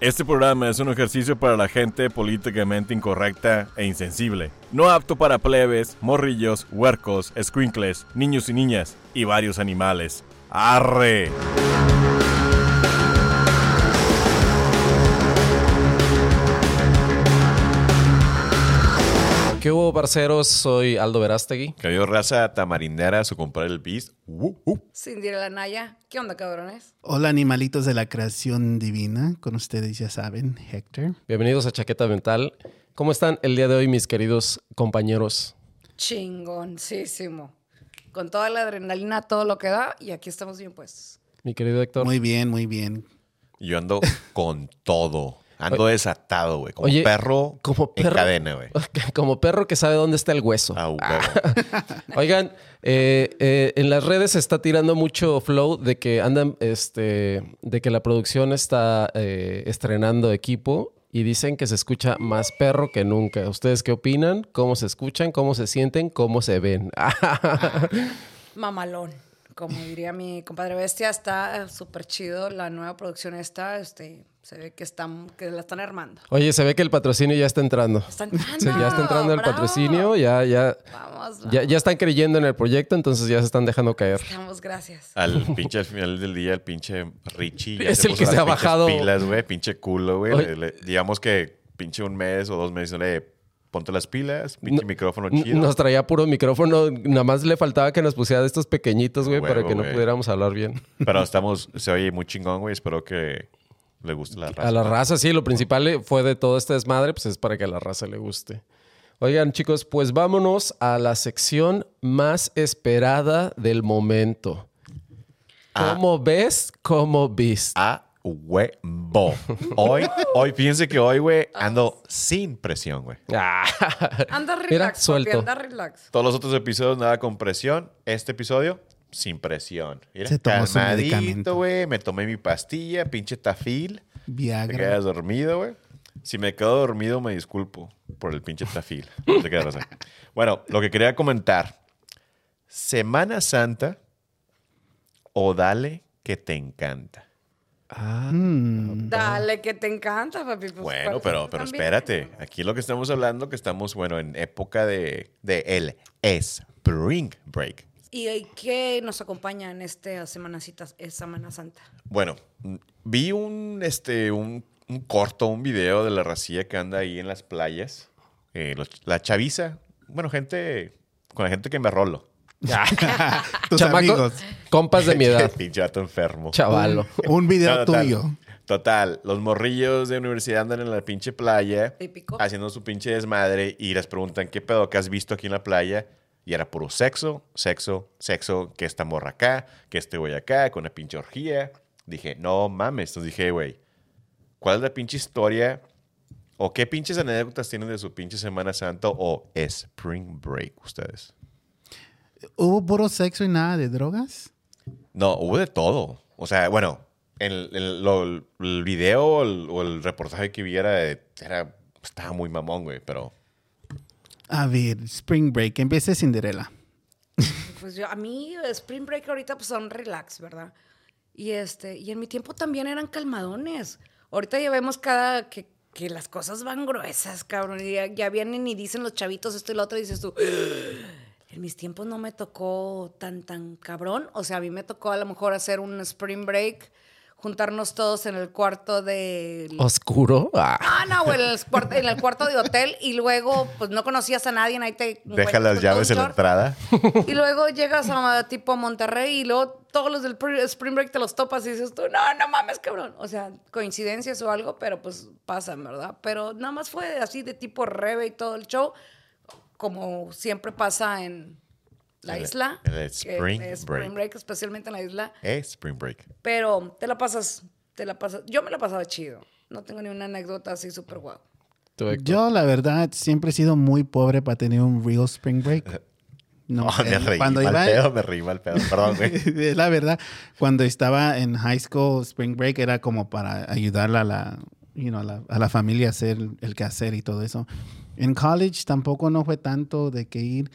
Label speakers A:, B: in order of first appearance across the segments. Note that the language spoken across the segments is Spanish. A: Este programa es un ejercicio para la gente políticamente incorrecta e insensible. No apto para plebes, morrillos, huercos, squinkles, niños y niñas y varios animales. ¡Arre!
B: ¿Qué hubo, parceros? Soy Aldo Verástegui.
C: Cayó raza tamarindera a su comprar el beast. Uh, uh.
D: Cindy la Naya. ¿Qué onda, cabrones?
E: Hola animalitos de la creación divina, con ustedes ya saben, Hector.
B: Bienvenidos a Chaqueta Mental. ¿Cómo están el día de hoy, mis queridos compañeros?
D: Chingoncísimo. Con toda la adrenalina, todo lo que da, y aquí estamos bien puestos.
B: Mi querido Héctor.
E: Muy bien, muy bien.
C: Yo ando con todo. Ando desatado, güey. Como
B: Oye,
C: perro
B: como perro.
C: en cadena, güey.
B: Como perro que sabe dónde está el hueso.
C: Ah, huevo.
B: Oigan, eh, eh, en las redes se está tirando mucho flow de que andan, este, de que la producción está eh, estrenando equipo y dicen que se escucha más perro que nunca. ¿Ustedes qué opinan? ¿Cómo se escuchan? ¿Cómo se sienten? ¿Cómo se ven?
D: Mamalón. Como diría mi compadre Bestia, está eh, súper chido la nueva producción esta. Este, se ve que, están, que la están armando.
B: Oye, se ve que el patrocinio ya está entrando.
D: Está entrando,
B: Sí, ya está entrando el
D: bravo.
B: patrocinio, ya, ya,
D: Vamos,
B: ya,
D: vamos.
B: ya están creyendo en el proyecto, entonces ya se están dejando caer.
D: Estamos, gracias.
C: Al pinche, al final del día, el pinche Richie. ya
B: Es el
C: puso
B: que
C: las
B: se ha
C: pinches
B: bajado.
C: pilas, güey. Pinche culo, güey.
B: Oye.
C: Le- le- Digamos que pinche un mes o dos meses, le ponte las pilas, pinche micrófono
B: N-
C: chido.
B: Nos traía puro micrófono, nada más le faltaba que nos pusiera de estos pequeñitos, güey,
C: Huevo,
B: para que no
C: güey.
B: pudiéramos hablar bien.
C: Pero estamos, se oye muy chingón, güey. Espero que le guste la raza.
B: A la raza, sí, lo principal eh, fue de todo este desmadre, pues es para que a la raza le guste. Oigan, chicos, pues vámonos a la sección más esperada del momento. ¿Cómo ves? ¿Cómo viste?
C: a huevo. Hoy, hoy, fíjense que hoy, güey, ando sin presión, güey.
B: Ah.
D: Anda relax,
B: Mira,
D: papi,
B: suelto.
D: anda relax.
C: Todos los otros episodios, nada con presión. Este episodio, sin presión. Mira,
E: Se tomó su
C: calmadito,
E: medicamento.
C: güey. Me tomé mi pastilla, pinche tafil. Te
E: Viagra.
C: quedas dormido, güey. Si me quedo dormido, me disculpo por el pinche tafil. No te quedas razón. Bueno, lo que quería comentar. Semana Santa o dale que te encanta.
E: Ah.
D: Dale, que te encanta, papi. pues,
C: Bueno,
D: para
C: pero,
D: ti
C: pero
D: también.
C: espérate. Aquí lo que estamos hablando, que estamos, bueno, en época de, de el Spring Break.
D: ¿Y y qué nos acompaña en esta semanacita, eh, Semana Santa?
C: Bueno, mm, vi un, este, un, un corto, un video de la racía que anda ahí en las playas. Eh, los- la chaviza. Bueno, gente, con la gente que me rolo.
E: Tus
B: Chamaco-
E: amigos.
B: Compas de mi edad.
C: Pinche vato enfermo.
B: Chavalo.
E: Un video
C: No, total.
E: tuyo.
C: Total, los morrillos de universidad andan en la pinche playa
D: Típico.
C: haciendo su pinche desmadre y les preguntan qué pedo que has visto aquí en la playa. Y era puro sexo, sexo, sexo, que esta morra acá, que este güey acá, con una pinche orgía. Dije, no mames. Entonces dije, güey, ¿cuál es la pinche historia o qué pinches anécdotas tienen de su pinche Semana Santa o Spring Break ustedes?
E: ¿Hubo puro sexo y nada de drogas?
C: No, hubo de todo. O sea, bueno, el, el- lo- el video o el, o el reportaje que vi era, de- era- Estaba muy mamón, güey, pero...
E: A ver, Spring Break. Empecé Cinderella.
D: Pues yo, a mí Spring Break ahorita pues son relax, ¿verdad? Y este, y en mi tiempo también eran calmadones. Ahorita ya vemos cada que, que las cosas van gruesas, cabrón. Y ya, ya vienen y dicen los chavitos esto y lo otro y dices tú, "Ah, en mis tiempos no me tocó tan tan cabrón. O sea, a mí me tocó a lo mejor hacer un Spring Break, juntarnos todos en el cuarto del
B: Oscuro. Ah.
D: Ah, no, güey, en el, cuart- en el cuarto de hotel y luego, pues no conocías a nadie, ahí te. pues,
C: Deja las
D: con
C: llaves
D: todo
C: en
D: un
C: la
D: short.
C: entrada.
D: Y luego llegas a tipo a Monterrey y luego todos los del pre- Spring Break te los topas y dices tú, no, no mames, cabrón. O sea, coincidencias o algo, pero pues pasan, ¿verdad? Pero nada más fue así de tipo rebe y todo el show, como siempre pasa en la
C: En el-
D: isla.
C: en el
D: que-
C: Spring
D: eh,
C: Break.
D: Spring Break, especialmente en la isla.
C: Eh, Spring Break.
D: Pero te la pasas, te la pasas. Yo me la pasaba chido. No tengo ni una anécdota así súper guau.
B: Tú, Héctor.
E: Yo, la verdad, siempre he sido muy pobre para tener un real Spring Break. No,
C: Oh, me
E: eh,
C: reí
E: cuando
C: mal
E: iba,
C: pedo, me reí mal pedo. Perdón, güey.
E: Es la verdad, cuando estaba en high school, Spring Break era como para ayudarla a la, you know, a la, a la familia a hacer el quehacer y todo eso. En college tampoco no fue tanto de que ir.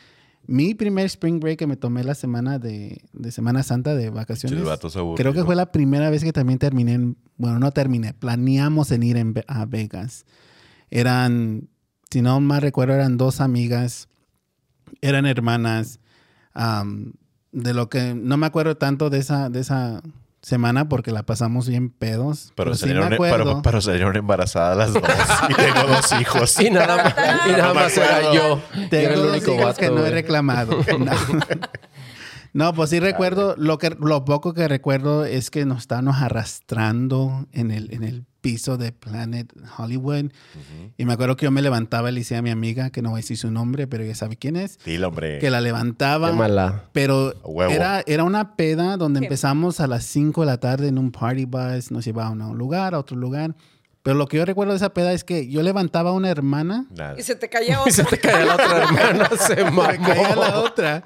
E: Mi primer Spring Break que me tomé la semana de, de Semana Santa de vacaciones.
C: Chis, vatos aburridos.
E: Creo que fue la primera vez que también terminé en, bueno, no terminé, planeamos en ir en Ve- a Vegas. Eran, si no mal recuerdo, eran dos amigas, eran hermanas. am, de lo que no me acuerdo tanto de esa, de esa semana porque la pasamos bien pedos.
C: Pero,
E: Pues sí me
C: salieron, e-
E: acuerdo.
C: pero- pero salieron embarazadas las dos y tengo dos hijos.
B: Y nada más, y nada
C: No me
B: más era
C: acuerdo.
B: yo. Yo
E: Tengo
B: era el
E: dos
B: único
E: hijos
B: vato,
E: que no he
B: güey.
E: reclamado. No. No, pues sí recuerdo, lo, que, lo poco que recuerdo es que nos estábamos arrastrando en el, en el piso de Planet Hollywood. Y me acuerdo que yo me levantaba y le decía a mi amiga, que no voy a decir su nombre, pero ya sabe quién es,
C: Dile, hombre.
E: que la levantaba.
B: Qué mala.
E: Pero
C: A huevo.
E: era, era una peda donde empezamos a las 5 de la tarde en un party bus, nos llevaban a un lugar, a otro lugar. Pero lo que yo recuerdo de esa peda es que yo levantaba a una hermana
C: Nada.
D: Y se te cayó
B: Y se te cae la otra hermana, se
E: me caía la
B: mamó.
E: otra.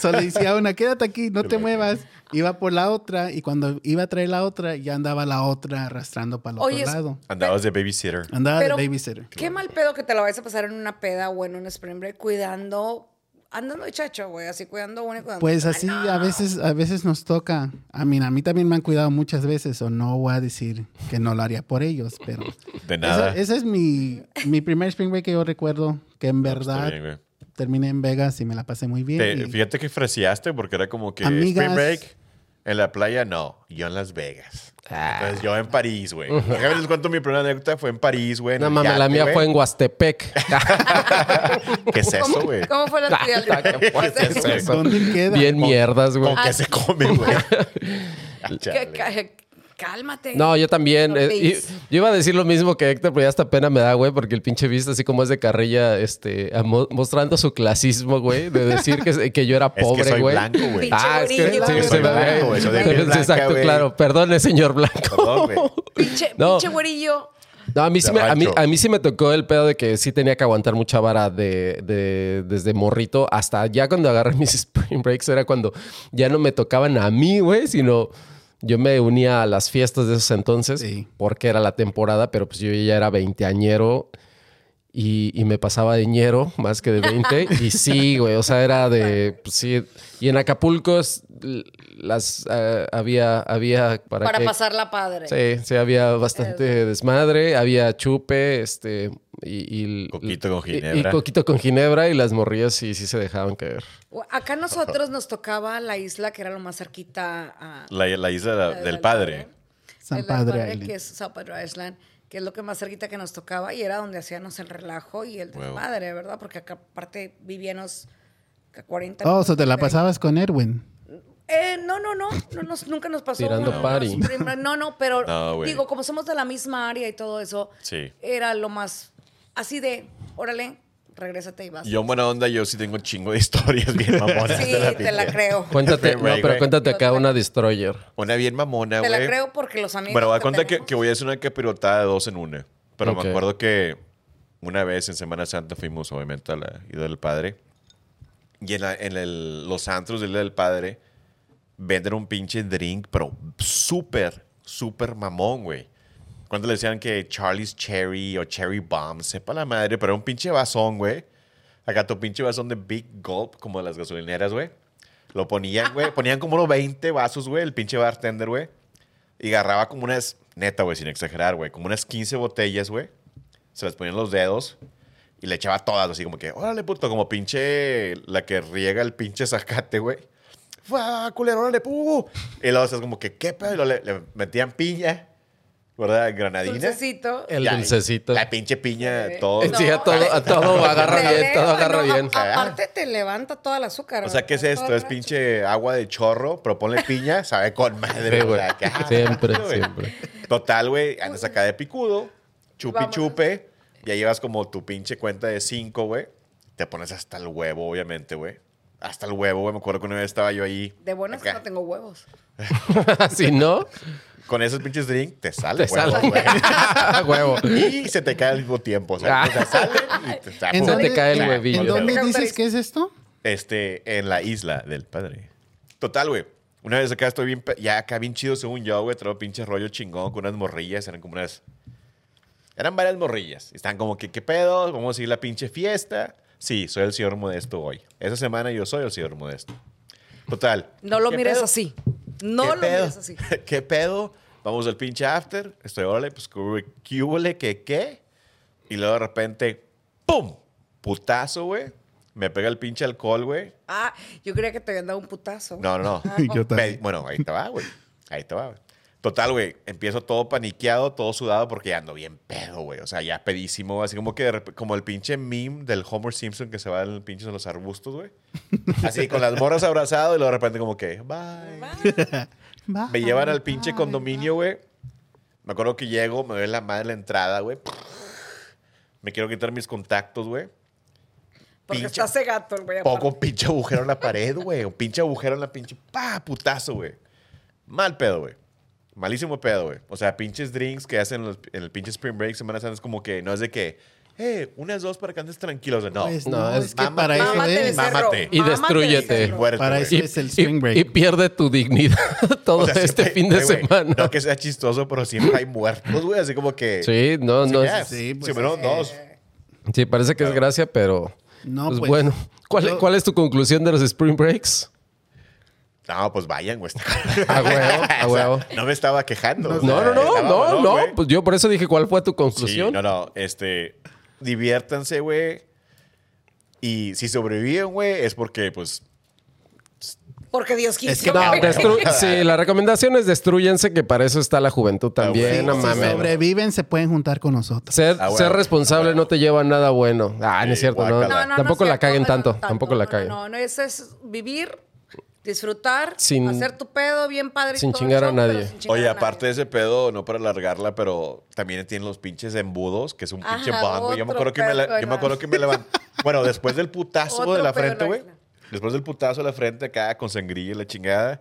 E: Solo decía una, quédate aquí, no te muevas. Iba por la otra y cuando iba a traer la otra, ya andaba la otra arrastrando para el otro
D: Oye, es-
E: lado.
C: Andabas de babysitter.
E: Andaba
D: Pero-
E: Ah, de babysitter.
D: Qué mal pedo que te la vayas a pasar en una peda o en un spring break cuidando, andando de chacho, güey, así cuidando uno y cuidando.
E: Pues
D: Ah,
E: así
D: no.
E: a veces a veces nos toca. A mí, a mí también me han cuidado muchas veces, o no voy a decir que no lo haría por ellos, pero
C: De
E: esa-
C: nada.
E: ese es mi, mi primer spring break que yo recuerdo que en verdad
C: pues, Está bien, güey.
E: terminé en Vegas y me la pasé muy bien.
C: Te-
E: y-
C: fíjate que fraseaste porque era como que
E: Amigas.
C: Spring Break en la playa, no, yo en Las Vegas.
B: Ah.
C: Entonces yo en París, güey. Déjame les cuento mi primera anécdota, fue en París, güey. en
B: No
C: el
B: mames, la
C: yate,
B: mía
C: güey.
B: fue en Huastepec.
C: ¿Qué es eso, güey? pues,
D: ¿Cómo fue la tuya?
B: ¿Qué fue
D: ¿Qué-
B: eso?
E: ¿Dónde queda?
B: Bien mierdas, güey.
C: ¿Con qué se come, güey? Ah,
D: qué-
C: chale.
D: qué- eh, Cálmate.
B: No, yo también.
D: No,
B: eh, y-
D: please.
B: yo iba a decir lo mismo que Héctor, pero ya hasta pena me da, güey, porque el pinche vista, así como es de carrilla, este, a mo- mostrando su clasismo, güey, de decir que, que yo era
C: Es que
B: pobre,
C: soy
B: güey.
C: blanco, güey.
D: Pinche
B: Ah, es que
D: gorila,
B: sí,
D: güey.
B: sí,
D: Soy
B: güey.
C: blanco, güey, soy de piel blanca,
B: Exacto,
C: güey.
B: claro. Perdone, señor blanco.
C: Perdón, güey.
D: Pinche,
B: No.
D: pinche güerillo.
B: No, a mí, sí
C: De
B: me, a, mí,
C: rancho.
B: a mí sí me tocó el pedo de que sí tenía que aguantar mucha vara de, de- desde morrito hasta ya cuando agarré mis spring breaks era cuando ya no me tocaban a mí, güey, sino yo me unía a las fiestas de esos entonces
E: Sí.
B: porque era la temporada, pero pues yo ya era veinteañero y, y me pasaba de ñero más que de 20. y sí, güey, o sea, era de, pues, sí. Y en Acapulco es- las, eh, había, había para,
D: Para
B: que-
D: pasarla padre.
B: Sí, sí, había bastante desmadre, había chupe, este, y... y-
C: Coquito con
B: y-
C: ginebra.
B: Y, coquito con ginebra y las morrillas sí, sí se dejaban caer.
D: Acá nosotros nos tocaba la isla que era lo más cerquita a,
C: La, la isla de la-
D: la-
C: del
D: la-
C: padre.
E: San
D: el
E: Padre
D: padre
E: Island.
D: que es San Pedro Island, que es lo que más cerquita que nos tocaba y era donde hacíamos el relajo y el
C: Huevo.
D: desmadre, ¿verdad? Porque acá aparte vivíamos a 40
E: Oh, so
D: minutos
E: te la
D: de ahí.
E: pasabas con Erwin.
D: Eh, no, no, no, no nos- nunca nos pasó.
B: Tirando
D: uno,
B: party.
D: unos prim- No, no, pero
C: No, güey.
D: digo, como somos de la misma área y todo eso,
C: Sí.
D: era lo más así de, órale, regrésate y vas.
C: Yo en buena onda, yo sí tengo un chingo de historias bien mamonas.
D: sí,
C: de
D: te la
C: pinche-
D: creo.
B: Cuéntate,
C: Spring break,
B: no, pero
C: güey.
B: cuéntate acá una destroyer.
C: Una bien mamona,
D: Te
C: güey.
D: la creo porque los amigos.
C: Bueno, voy a
D: que
C: contar que,
D: tenemos-
C: que voy a hacer una capirotada de dos en una. Pero
B: Ok.
C: me acuerdo que una vez en Semana Santa fuimos, obviamente, a la Isla del Padre. Y en, la- en el- los antros de la Isla del Padre venden un pinche drink, pero súper, súper mamón, güey. Cuando le decían que Charlie's Cherry o Cherry Bomb, sepa la madre, pero era un pinche vasón, güey. Acá tu pinche vasón de Big Gulp, como de las gasolineras, güey. Lo ponían, güey. Ponían como unos 20 vasos, güey, el pinche bartender, güey. Y agarraba como unas, neta, güey, sin exagerar, güey, como unas 15 botellas, güey. Se las ponía en los dedos y le echaba todas, así como que, órale, puto, como pinche, la que riega el pinche zacate, güey. ¡Fua, culero, órale, pu! Y luego, o sea, es como que, ¿qué pedo? Y luego le, le metían piña, ¿verdad? Granadina.
D: Dulcecito. eh,
B: El
C: Ya, y
B: dulcecito.
C: La pinche piña, todo.
D: No,
B: Sí, a todo, a todo agarra
D: te
B: bien, todo
D: eleva,
B: agarra
D: no, a-
B: bien.
D: Aparte te levanta todo el azúcar.
C: O sea, ¿qué es
D: ¿verdad? Todo
C: esto?
D: el
C: Es
D: rancho.
C: pinche agua de chorro, pero ponle piña, sabe con
B: Sí,
C: madre. o
B: güey.
C: sea, que, ah,
B: Siempre,
C: güey.
B: siempre.
C: Total, güey, andas acá de picudo, chupi
D: Vámonos.
C: chupe, ya llevas como tu pinche cuenta de cinco, güey. Te pones hasta el huevo, obviamente, güey. Hasta el huevo, güey. Me acuerdo que una vez estaba yo ahí.
D: De buenas que
C: acá.
D: no tengo huevos.
B: si no,
C: Con esos pinches drink, te sale,
B: te
C: el huevo,
B: sale.
C: güey.
B: Huevo.
C: Y se te cae al mismo tiempo, o sea,
B: Ah.
C: o sea, sale y Ah, pues, te o sea,
E: ¿En
C: pum,
B: dónde cae el
C: claro,
B: huevillo?
E: ¿En
C: obviamente.
E: dónde
D: Claro.
E: dices que es esto?
C: Este, en la isla del padre. Total, güey. Una vez acá estoy bien, pe- ya acá bien chido según yo, güey. Traigo pinche rollo chingón con unas morrillas. Eran como unas... Eran varias morrillas. Están como que, ¿qué pedo? Vamos a ir a la pinche fiesta. Sí, soy el señor modesto hoy. Esa semana yo soy el señor modesto. Total.
D: No lo
C: ¿qué
D: mires
C: pedo?
D: así. No
C: ¿Qué
D: lo
C: pedo?
D: mires así.
C: ¿Qué pedo? Vamos al pinche after. Estoy, órale, pues, ¿qué hubole, que qué? Y luego de repente, ¡pum! Putazo, güey. Me pega el pinche alcohol, güey.
D: Ah, yo creía que te habían dado un putazo.
C: No, no, no.
E: Yo
C: Me-
E: también.
C: bueno, ahí te va, güey. Ahí te va, güey. Total, güey. Empiezo todo paniqueado, todo sudado, porque ya ando bien pedo, güey. O sea, ya pedísimo. Así como que, de rep- como el pinche meme del Homer Simpson que se va en pinches en los arbustos, güey. Así, con las morras abrazado y luego de repente como que, bye. Me llevan al pinche condominio, güey. Me acuerdo que llego, me ve la madre en la entrada, güey. Me quiero quitar mis contactos, güey.
D: Porque
C: pinche-
D: está ese gato, el güey.
C: Pongo
D: aparte.
C: un pinche agujero en la pared, güey. Un pinche agujero en la pinche. ¡Pa! Putazo, güey. Mal pedo, güey. Malísimo pedo, güey. O sea, pinches drinks que hacen los- en el pinche Spring Break semanas antes, como que no es de que, eh, unas dos para que andes tranquilos. No.
E: Pues
B: No,
E: no,
B: es-
E: es que
C: Mámate,
E: para eso
B: eh.
D: Mámate,
E: es.
D: becerro,
C: Mámate.
B: Y
D: mámate,
B: destrúyete.
C: Y
D: becerro.
C: muérete,
E: Para
C: güey.
E: eso es el spring break.
B: y pierde tu dignidad todo
C: O sea,
B: este
C: siempre-
B: fin de
C: eh, güey,
B: semana.
C: No que sea chistoso, pero siempre hay muertos, güey. Así como que.
B: Sí, no, no.
C: ya,
B: es-
E: Sí, pues,
C: se murieron dos.
B: Sí, parece que es gracia, pero.
E: No,
B: pues
E: pues,
B: bueno. ¿Cuál,
E: yo-
B: cuál es tu conclusión de los Spring Breaks?
C: No, pues vayan, güey.
B: A huevo, a huevo.
C: No me estaba quejando. o
B: No,
C: sea,
B: no, no,
C: estaba
B: no,
C: mamón,
B: no.
C: eh, güey.
B: Pues yo por eso dije cuál fue tu
C: Sí,
B: conclusión.
C: no, no. Este, diviértanse, güey. Y si sobreviven, güey, es porque, pues,
D: Porque Dios quiso.
E: Es que
B: No,
E: no,
D: güey.
B: destru- sí, la recomendación es destruyanse, que para eso está la juventud también,
C: Ah, güey.
B: no
C: Sí,
B: mames.
E: sobreviven, se pueden juntar con nosotros.
B: Ser,
C: Ah, bueno.
B: ser responsable no te lleva a nada bueno. Ah, no es
C: Sí,
B: cierto, no.
C: guácala. No, no,
B: tampoco
D: es
B: la
D: cierto,
B: caguen
D: no,
B: tanto,
D: no,
B: tampoco la
D: no,
B: caguen.
D: No, no, eso es vivir, disfrutar,
B: Sin-
D: hacer tu pedo bien padre. y
B: sin
D: todo el
B: chingar a
D: show, pero
B: nadie.
D: sin chingar
C: oye,
D: a nadie.
C: aparte de ese pedo, no para alargarla, pero también tienen los pinches embudos, que es un pinche
D: Ajá,
C: bond, güey. Yo me
D: otro
C: acuerdo que me, la-
D: pedo,
C: yo me acuerdo que me levanté. Bueno, después del putazo
D: Otro
C: de la
D: pedo,
C: frente, güey.
D: Laila.
C: Después del putazo de la frente acá, con sangrilla y la chingada.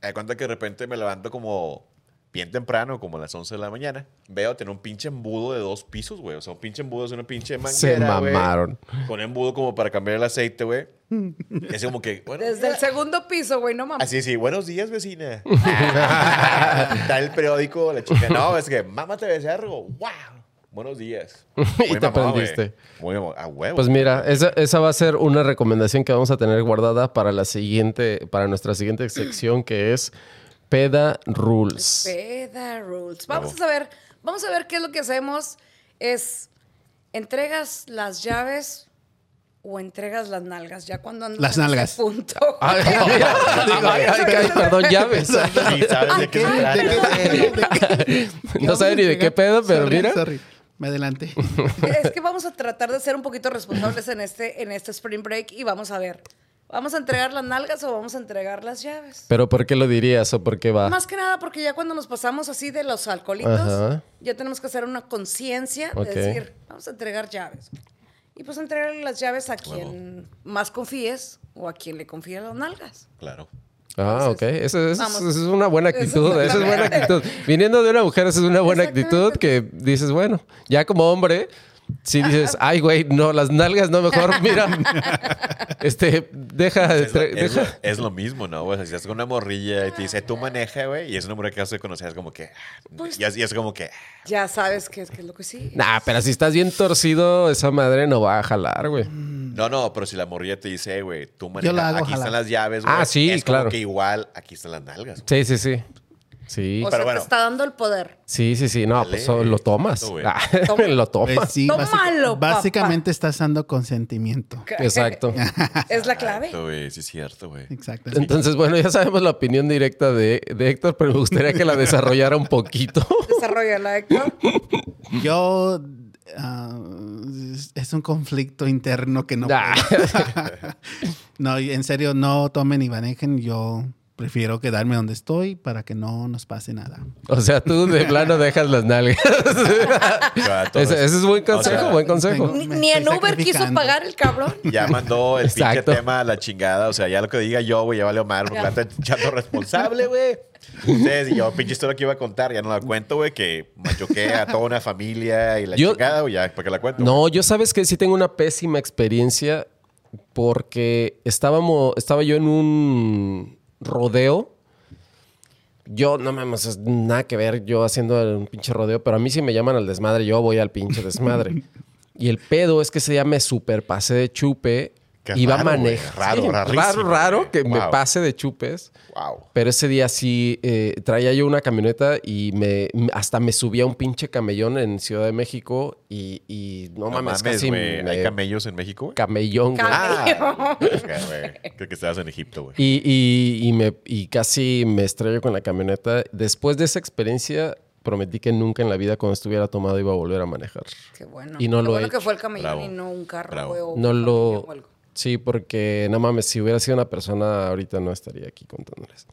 C: Me cuenta que de repente me levanto como bien temprano, como a las 11 de la mañana. Veo tener un pinche embudo de dos pisos, güey. O sea, un pinche embudo es una pinche manguera,
B: Se
C: güey.
B: mamaron.
C: Con embudo como para cambiar el aceite, güey. Y así como que, bueno,
D: Desde el segundo piso, güey, no mames.
C: Así, sí, buenos días, vecina. Está el periódico, la chica. No, es que mámate becerro. ¡Wow! Buenos días.
B: Y te
C: mamón,
B: prendiste.
C: güey. Muy mamón. a huevo.
B: Pues mira, esa, esa va a ser una recomendación que vamos a tener guardada para la siguiente, para nuestra siguiente sección que es Peda Rules.
D: Peda rules. Vamos a saber, vamos a ver qué es lo que hacemos. Es entregas las llaves o entregas las nalgas. Ya cuando andas
E: Las
D: en ese
E: nalgas.
D: punto.
B: Ay,
D: güey.
B: ay, ay, ay, ay, perdón, llaves.
C: Sí, ¿sabes de qué se trata?
B: No sabe ni de qué pedo, pero
E: Sorry,
B: mira.
E: sorry. Me adelanté.
D: Es que vamos a tratar de ser un poquito responsables en este, en este spring break y vamos a ver. ¿Vamos a entregar las nalgas o vamos a entregar las llaves?
B: Pero ¿por qué lo dirías o por qué va?
D: Más que nada porque ya cuando nos pasamos así de los alcoholitos,
B: Ajá.
D: ya tenemos que hacer una conciencia
B: Ok.
D: de decir, vamos a entregar llaves. Y pues entregar las llaves a quien más confíes o a quien le confíe las nalgas.
C: Claro.
B: Ah, ok.
D: Entonces,
B: Esa es,
D: vamos.
B: esa es una buena actitud. Esa es buena
D: Exactamente.
B: actitud. Viniendo de una mujer, esa es una buena actitud
D: Exactamente.
B: que dices, bueno, ya como hombre, si dices, ay, güey, no, las nalgas no, mejor, mira, este, deja,
C: Es lo,
B: tre-
C: es
B: deja.
C: lo- es lo mismo, ¿no? O sea, si estás con una morrilla y te dice, tú maneja, güey, y es una mujer que has de conocer, es como que. ah,
D: Pues-
C: y, es, y es como que. ah,
D: Ya sabes qué es, qué es lo que sí.
B: Nah, pero si estás bien torcido, esa madre no va a jalar, güey.
D: Mm.
C: No, no, pero si la morrilla te dice, güey, tú maneja,
E: la hago,
C: aquí
E: ojalá.
C: están las llaves, güey.
B: Ah, sí,
C: es como
B: claro.
C: que igual, aquí están las nalgas. güey.
B: Sí, sí, sí. Sí,
D: o
C: pero
D: sea,
C: bueno.
D: te está dando el poder.
B: sí, sí, sí. No,
C: Dale.
B: pues oh, lo tomas.
C: Exacto, güey.
B: Ah,
D: Toma.
B: lo
E: Pues
B: tomas.
E: sí, básica-
D: Tómalo, papá.
E: básicamente estás dando consentimiento.
B: Exacto.
D: Es la clave.
C: Exacto, güey, sí, es cierto, güey.
E: Exacto.
B: Entonces, bueno, ya sabemos la opinión directa de, de Héctor, pero me gustaría que la desarrollara un poquito.
D: Desarrolla Héctor.
E: Yo. ah, es- es un conflicto interno que no.
B: Nah.
E: puedo. no, y en serio, no tomen y manejen. Yo prefiero quedarme donde estoy para que no nos pase nada.
B: O sea, tú de plano dejas las nalgas.
C: Vato,
B: ese, ese es buen consejo,
C: o sea, este,
B: buen consejo.
E: tengo-
D: Ni,
E: Me
D: ni en
E: estoy
D: Uber quiso
E: sacrificando.
D: pagar el cabrón.
C: Ya mandó el
B: Exacto.
C: pinche tema a la chingada. O sea, ya lo que diga yo, güey, ya vale Omar, porque
D: Ya.
C: la está echando responsable, güey. Ustedes y yo, pinche historia que iba a contar, ya no la cuento, güey, que machuqué a toda una familia y la
B: Yo-
C: chingada, güey, ya, ¿para qué la cuento?
B: No, yo sabes que sí tengo una pésima experiencia porque estábamos, estaba yo en un rodeo. Yo, no mames, es nada que ver yo haciendo un pinche rodeo, pero a mí si me llaman al desmadre, yo voy al pinche desmadre. y el pedo es que ese día me superpasé de chupe
C: Qué
B: iba
C: raro, güey.
B: manejar.
C: Raro,
B: sí,
C: rarísimo,
B: raro, raro
C: güey.
B: que me
C: Wow.
B: pase de chupes.
C: Wow.
B: Pero ese día sí eh, traía yo una camioneta y me m- hasta me subía a un pinche camellón en Ciudad de México y, y no,
C: No
B: mames,
C: mames,
B: casi
C: güey.
B: me-
C: ¿Hay camellos en México, güey?
B: camellón, güey.
D: Ca-
C: Ah, ok, güey. Creo que estabas en Egipto, güey.
B: Y, y- y me, y casi me estrello con la camioneta. Después de esa experiencia, prometí que nunca en la vida cuando estuviera tomado iba a volver a manejar.
D: Qué bueno.
B: Y no
D: Qué
B: lo he
D: bueno que
B: hecho.
D: fue el camellón
C: Bravo.
D: y no un carro,
C: Bravo.
D: güey, o
B: No
D: un
B: lo...
D: camión o algo.
B: Sí, porque no mames, si hubiera sido una persona ahorita no estaría aquí contándoles.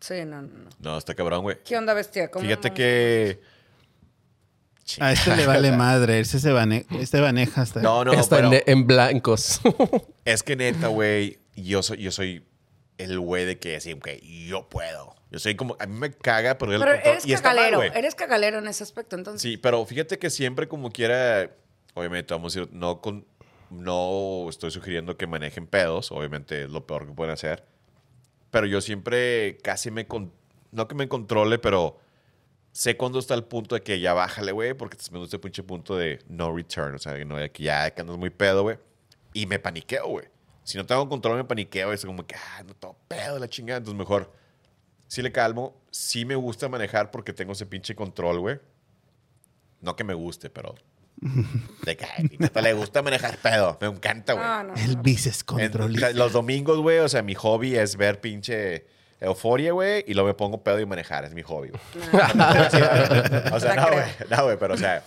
D: Sí, no, no, no.
C: No, está cabrón, güey.
D: ¿Qué onda, bestia? ¿Cómo
C: Fíjate
D: no?
C: que.
E: A este le vale madre. Ese se bane- este maneja hasta.
C: No, no,
B: Hasta en-
C: pero
B: en, blancos.
C: es que neta, güey, yo soy, yo soy el güey de que así, que yo puedo. Yo soy como, a mí me caga perder
D: Pero
C: el control.
D: eres
C: y está mal,
D: cagalero,
C: güey.
D: eres cagalero en ese aspecto, entonces.
C: Sí, pero fíjate que siempre como quiera, obviamente vamos a decir, no con, no estoy sugiriendo que manejen pedos, obviamente es lo peor que pueden hacer, pero yo siempre casi me, con- no que me controle, pero sé cuándo está el punto de que ya bájale, güey, porque me gusta el pinche punto de no return, o sea, que no, de que ya que andas muy pedo, güey, y me paniqueo, güey. Si no tengo control, me paniqueo, es como que, ah, no todo pedo, la chingada, entonces mejor sí le calmo, sí me gusta manejar porque tengo ese pinche control, güey. No que me guste, pero. De que ay, neta le gusta manejar pedo. Me encanta, güey.
D: No, no,
E: El
D: no.
E: bices
C: En-
E: control.
C: o sea, los domingos, güey, o sea, mi hobby es ver pinche euforia, güey, y luego me pongo pedo y manejar. Es mi hobby, güey.
D: Ah.
C: o sea, no, güey. No, güey, pero o sea.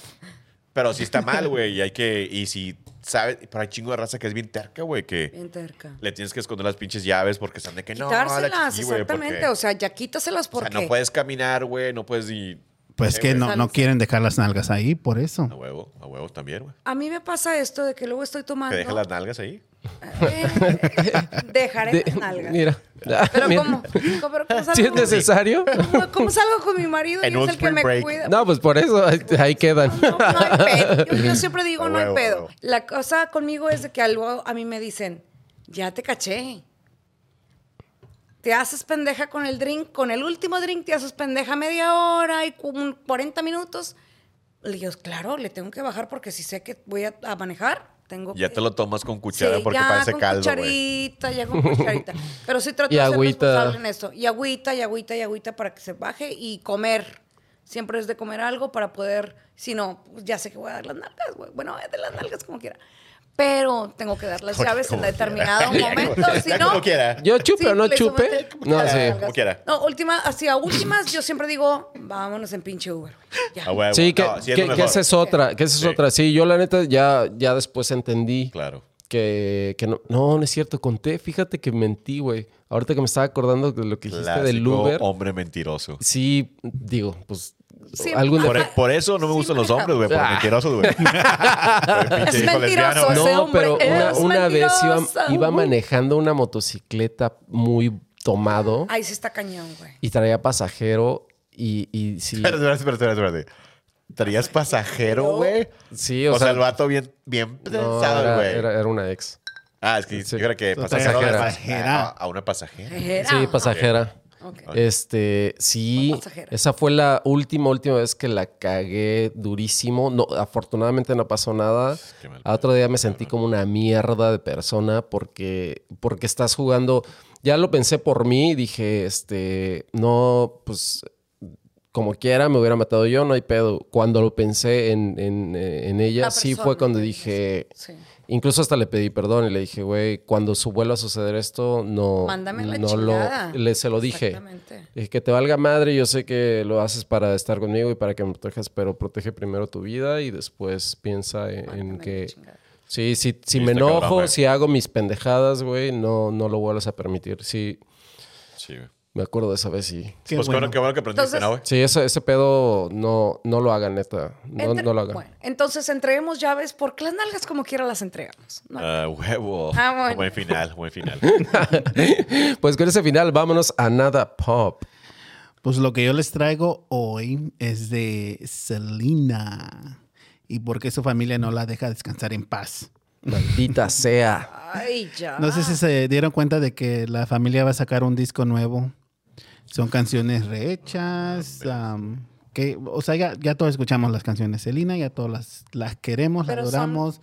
C: Pero sí está mal, güey, y hay que. Y si sabes. Pero hay chingo de raza que es bien terca, güey, que.
D: Bien terca.
C: Le tienes que esconder las pinches llaves porque están de que no. la
D: Quitárselas,
C: chiqui, güey,
D: exactamente.
C: porque-
D: O sea, ya quítaselas
C: o sea,
D: porque.
C: no puedes caminar, güey, no puedes ni.
E: Pues
C: Eh,
E: que
C: güey,
E: no, no quieren dejar las nalgas ahí, por eso.
C: A huevo, a huevo también, güey.
D: A mí me pasa esto de que luego estoy tomando.
C: Que deja las nalgas ahí.
D: Eh, dejaré
B: De-
D: las nalgas.
B: Mira.
D: Pero
B: Mira.
D: ¿cómo? ¿Cómo- pero cómo
B: Si es
D: salgo-
B: necesario.
D: ¿Cómo, cómo salgo con mi marido
C: En
D: y
C: un
D: es el que
C: spring
D: me
C: break.
D: cuida?
B: No, pues por eso ahí- ahí
C: Ah,
B: quedan.
D: No, no hay pedo. Yo, yo siempre digo,
C: A
D: no hay
C: huevo, a
D: pedo.
C: huevo.
D: La cosa conmigo es de que algo a mí me dicen, ya te caché. Te haces pendeja con el drink, con el último drink te haces pendeja media hora y cu- 40 minutos. Le digo, claro, le tengo que bajar porque si sé que voy a, a manejar, tengo
C: Ya
D: que...
C: te lo tomas con cuchara
D: Sí,
C: porque
D: ya
C: parece
D: con
C: caldo, güey.
D: cucharita, ya con cucharita. Pero sí trato
B: Y
D: de ser
B: agüita.
D: responsable en esto. Y agüita, y agüita, y agüita para que se baje y comer. Siempre es de comer algo para poder, si no, pues ya sé que voy a dar las nalgas, güey. Bueno, eh, de las nalgas como quiera. Pero tengo que dar las llaves en
C: como
D: determinado momento, si no...
C: Como quiera.
B: Yo chupe
D: sí,
B: o no
D: le subo
B: chupe.
D: el-
B: No,
D: las
B: sí.
D: nalgas.
C: Como quiera.
D: No, última, así a últimas yo siempre digo, vámonos en pinche Uber. Ya.
C: A huevo.
B: Sí, que,
C: No, sí es
B: que-
C: lo
B: que
C: mejor.
B: esa es otra, que esa es
C: Sí.
B: otra. Sí, yo la neta ya, ya después entendí
C: Claro.
B: que, que no, no, no es cierto, conté, fíjate que mentí, güey. Ahorita que me estaba acordando de lo que dijiste del
C: Clásico Oh.
B: Uber,
C: hombre mentiroso.
B: sí, digo, pues
D: Sí,
B: algún
D: ajá.
B: def-
C: Por, por eso no me
D: Sí,
C: gustan los
D: manejamos.
C: hombres, güey. Por
B: Ah.
C: mentirosos, güey. Soy pinche
D: Es
C: hijo
D: mentiroso
C: lesbiano, güey.
D: ese
B: No,
D: hombre.
B: pero una,
D: es
B: una vez iba,
D: mentiroso.
B: iba manejando una motocicleta muy tomado
D: Ahí sí está cañón, güey.
B: y traía pasajero y, y sí,
C: Espérate, espérate, espérate, espérate, espérate. ¿Traías pasajero, güey?
B: sí,
C: O,
B: o,
C: sea,
B: sea,
C: el vato bien, bien
B: no,
C: pensado,
B: era-
C: güey.
B: era- era una ex.
C: Ah, es que
B: Sí.
C: yo creo que
E: Pasajera.
C: pasajero.
E: Pasajera.
C: A, a una pasajera.
D: Pasajera.
B: Sí, pasajera.
D: Ah, Ok.
B: Este, sí,
D: Fue pasajera.
B: esa fue la última, última vez que la cagué durísimo. No, afortunadamente no pasó nada.
C: qué mal
B: A otro día me sentí como una mierda de persona porque, porque estás jugando. Ya lo pensé por mí, dije, este, no, pues como quiera, me hubiera matado yo, no hay pedo. Cuando lo pensé en, en, eh, en ella,
D: La
B: sí fue
D: persona,
B: cuando
D: sí,
B: dije,
D: sí.
B: incluso hasta le pedí perdón y le dije, güey, cuando su vuelva a suceder esto, no,
D: Mándame la
B: no
D: chingada.
B: lo, le, se lo dije.
D: Exactamente.
B: Dije que te valga madre, yo sé que lo haces para estar conmigo y para que me protejas, pero protege primero tu vida y después piensa en, en
D: Mándame la
B: que...
D: chingada.
B: Sí, sí, si
C: Sí,
B: me
C: está cabrón,
B: enojo,
C: güey.
B: si hago mis pendejadas, güey, no, no lo vuelvas a permitir. Sí,
C: Sí, güey.
B: me acuerdo de esa vez y...
E: Qué
C: pues
E: bueno.
C: bueno, qué bueno que aprendiste,
D: Entonces-
C: ¿no, güey?
B: Sí, ese, ese pedo no, no lo hagan, neta. No,
D: Entre-
B: no lo hagan.
D: Bueno, entonces entreguemos llaves porque las nalgas como quiera las entregamos. No.
C: Ah, huevo.
D: Ah, bueno.
C: Buen final, buen final.
B: Pues con ese final, vámonos a nada pop.
E: Pues lo que yo les traigo hoy es de Selena. Y por qué su familia no la deja descansar en paz.
B: Maldita sea.
C: Ah.
D: Ay, ya.
E: No sé si se dieron cuenta de que la familia va a sacar un disco nuevo. Son canciones
C: Ah,
E: rehechas. am, que, o sea, ya, ya todos escuchamos las canciones de Selena, ya todas las, las queremos, las
D: Pero son-
E: adoramos.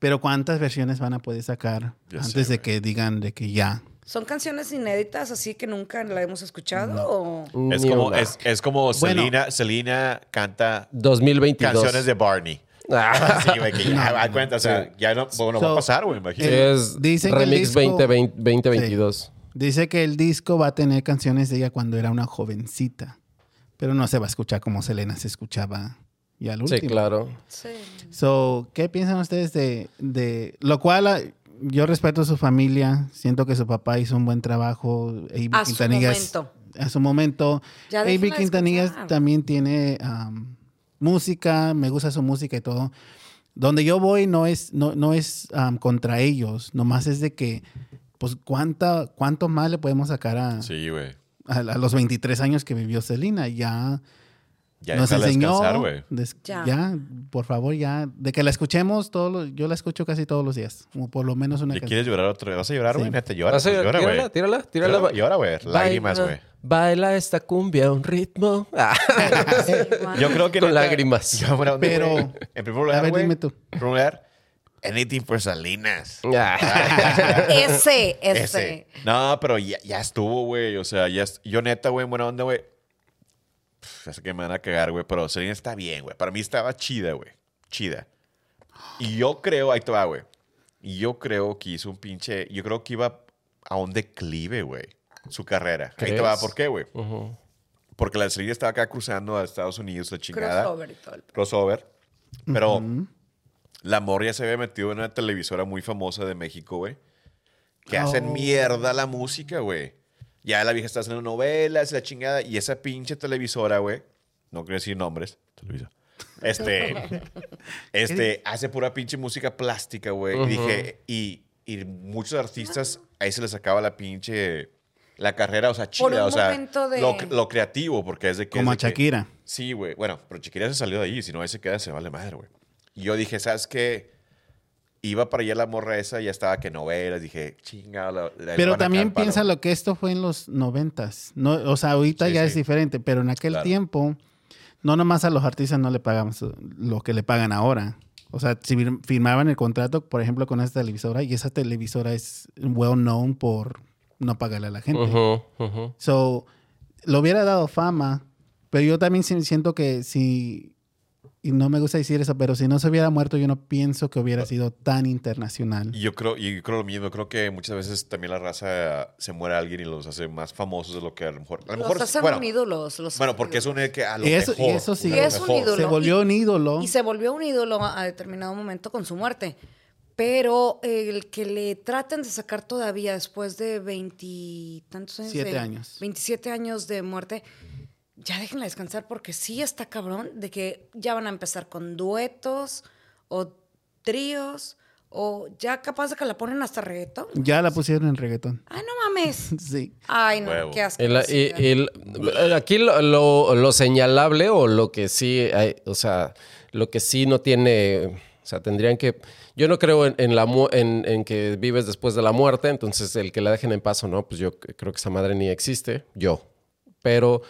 E: Pero ¿cuántas versiones van a poder sacar
C: Ya sé,
E: antes de
C: güey.
E: que digan de que ya?
D: ¿Son canciones inéditas así que nunca la hemos escuchado? o-
C: Es
B: Ni
C: como,
B: una.
C: es, es como
E: Bueno.
C: Selena, Selena canta
B: 2022.
C: canciones de Barney.
B: Ah,
C: Sí, güey, que ya
E: No,
C: da cuenta, o sea, ya no, bueno, va a
E: So, eh,
C: pasar, güey, imagínate.
B: es
E: Dicen que el
B: Remix
E: disco-
B: 2020 2022.
E: Dice que el disco va a tener canciones de ella cuando era una jovencita, pero no se va a escuchar como Selena se escuchaba ya al
B: Sí,
E: último.
B: claro.
D: Sí.
E: So, ¿qué piensan ustedes de, de- lo cual ah, yo respeto a su familia, siento que su papá hizo un buen trabajo. Abe
D: A su
E: Quintanilla es-
D: momento.
E: A su momento.
D: Ya
E: Abe
D: déjenla
E: Quintanilla
D: descansar.
E: también tiene um, música, me gusta su música y todo. Donde yo voy no es, no, no es um, contra ellos, nomás es de que, pues, ¿cuánta, ¿cuánto más le podemos sacar a,
C: Sí, güey.
E: a- a los 23 años que vivió Selena? Ya
C: Ya
E: nos
C: está a
E: enseñó.
C: descansar, güey.
E: des-
D: Ya.
E: ya. por favor, ya. De que la escuchemos, todos los- yo la escucho casi todos los días. Como por lo menos una
C: ¿Ya
E: canción.
C: quieres llorar otra vez? ¿Vas a llorar,
E: Sí.
C: güey? Neta, llora,
B: Vas a-
C: pues, llora, güey.
B: Ah, Tírala, tírala, tírala.
C: Llora- Llora, güey. Lágrimas,
B: Baila-
C: güey.
B: Baila esta cumbia a un ritmo. Ah,
D: Sí, guau.
C: Yo creo que
B: Con
C: neta,
B: lágrimas.
C: yo, bueno,
E: Pero-
C: güey, en primer lugar,
E: A ver,
C: güey,
E: dime tú.
C: En primer lugar, anything for Salinas.
B: ah.
D: Ese, ese.
C: Ese. No, pero ya, ya estuvo, güey. O sea, ya est- yo neta, güey, en buena onda, güey. Pff, Ya sé que me van a cagar, güey, pero Selena está bien, güey. Para mí estaba chida, güey. Chida. Y yo creo, ahí te va, güey. Y yo creo que hizo un pinche. Yo creo que iba a un declive, güey. Su carrera. Ahí te va,
B: ¿Crees?
C: ¿por qué, güey?
B: Ujú.
C: Porque la Selena estaba acá cruzando a Estados Unidos, la chingada
D: Crossover y todo el
C: crossover. Pero la morria se había metido en una televisora muy famosa de México, güey. Que hacen
E: Oh.
C: mierda la música, güey. Ya la vieja está haciendo novelas, la chingada. Y esa pinche televisora, güey. No quiero decir nombres. Televisa. Este. este. Hace pura pinche música plástica, güey. Y dije. Y, y muchos artistas ahí se les acaba la pinche. La carrera, o sea, chida.
D: Por un
C: o sea,
D: momento de-
C: lo, lo creativo, porque es de que.
E: Como a
C: es de que-
E: Shakira.
C: Sí, güey. Bueno, pero Chiquirilla se salió de ahí. Si no, ahí se queda, se vale madre, güey. Y yo dije, ¿sabes qué? Iba para allá la morra esa y ya estaba que novelas. Dije, chinga. la- la- van
E: Pero
C: a
E: también
C: caer palo.
E: piensa lo que esto fue en los noventas. No, o sea, ahorita
C: Sí,
E: ya
C: sí.
E: es diferente, pero en aquel
C: Claro.
E: tiempo, no nomás a los artistas no le pagamos lo que le pagan ahora. O sea, si fir- firmaban el contrato, por ejemplo, con esta televisora, y esa televisora es well known por no pagarle a la gente.
B: Ujú, ujú.
E: So, lo hubiera dado fama, pero yo también si- siento que si, y no me gusta decir eso, pero si no se hubiera muerto, yo no pienso que hubiera sido tan internacional.
C: Y yo creo, y yo creo lo mismo. Creo que muchas veces también la raza se muere alguien y los hace más famosos de lo que a lo mejor. A lo
D: Los
C: mejor
D: hacen
C: bueno,
D: un ídolo, los
C: bueno, porque es un que a lo
E: Y eso- y
C: mejor.
E: eso sí.
C: a
E: Y
C: lo
E: es
D: un
C: mejor.
D: ídolo.
E: Se volvió un ídolo.
D: Y se volvió un ídolo a a determinado momento con su muerte. Pero eh, el que le traten de sacar todavía después de veintitantos años.
E: Siete
D: de-
E: años.
D: 27 años de muerte. Ya déjenla descansar porque sí está cabrón de que ya van a empezar con duetos o tríos o ya capaz de que la ponen hasta reggaetón.
E: Ya la pusieron en reggaetón.
D: Ay, no mames.
E: Sí.
D: Ay, no,
C: Huevo.
D: qué asco.
B: El- eh, y- y el- aquí lo, lo- lo señalable o lo que sí, hay- o sea, lo que sí no tiene, o sea, tendrían que, yo no creo en, en la, mu- en, en que vives después de la muerte, entonces el que la dejen en paso, no, pues yo c- creo que esa madre ni existe, yo. Pero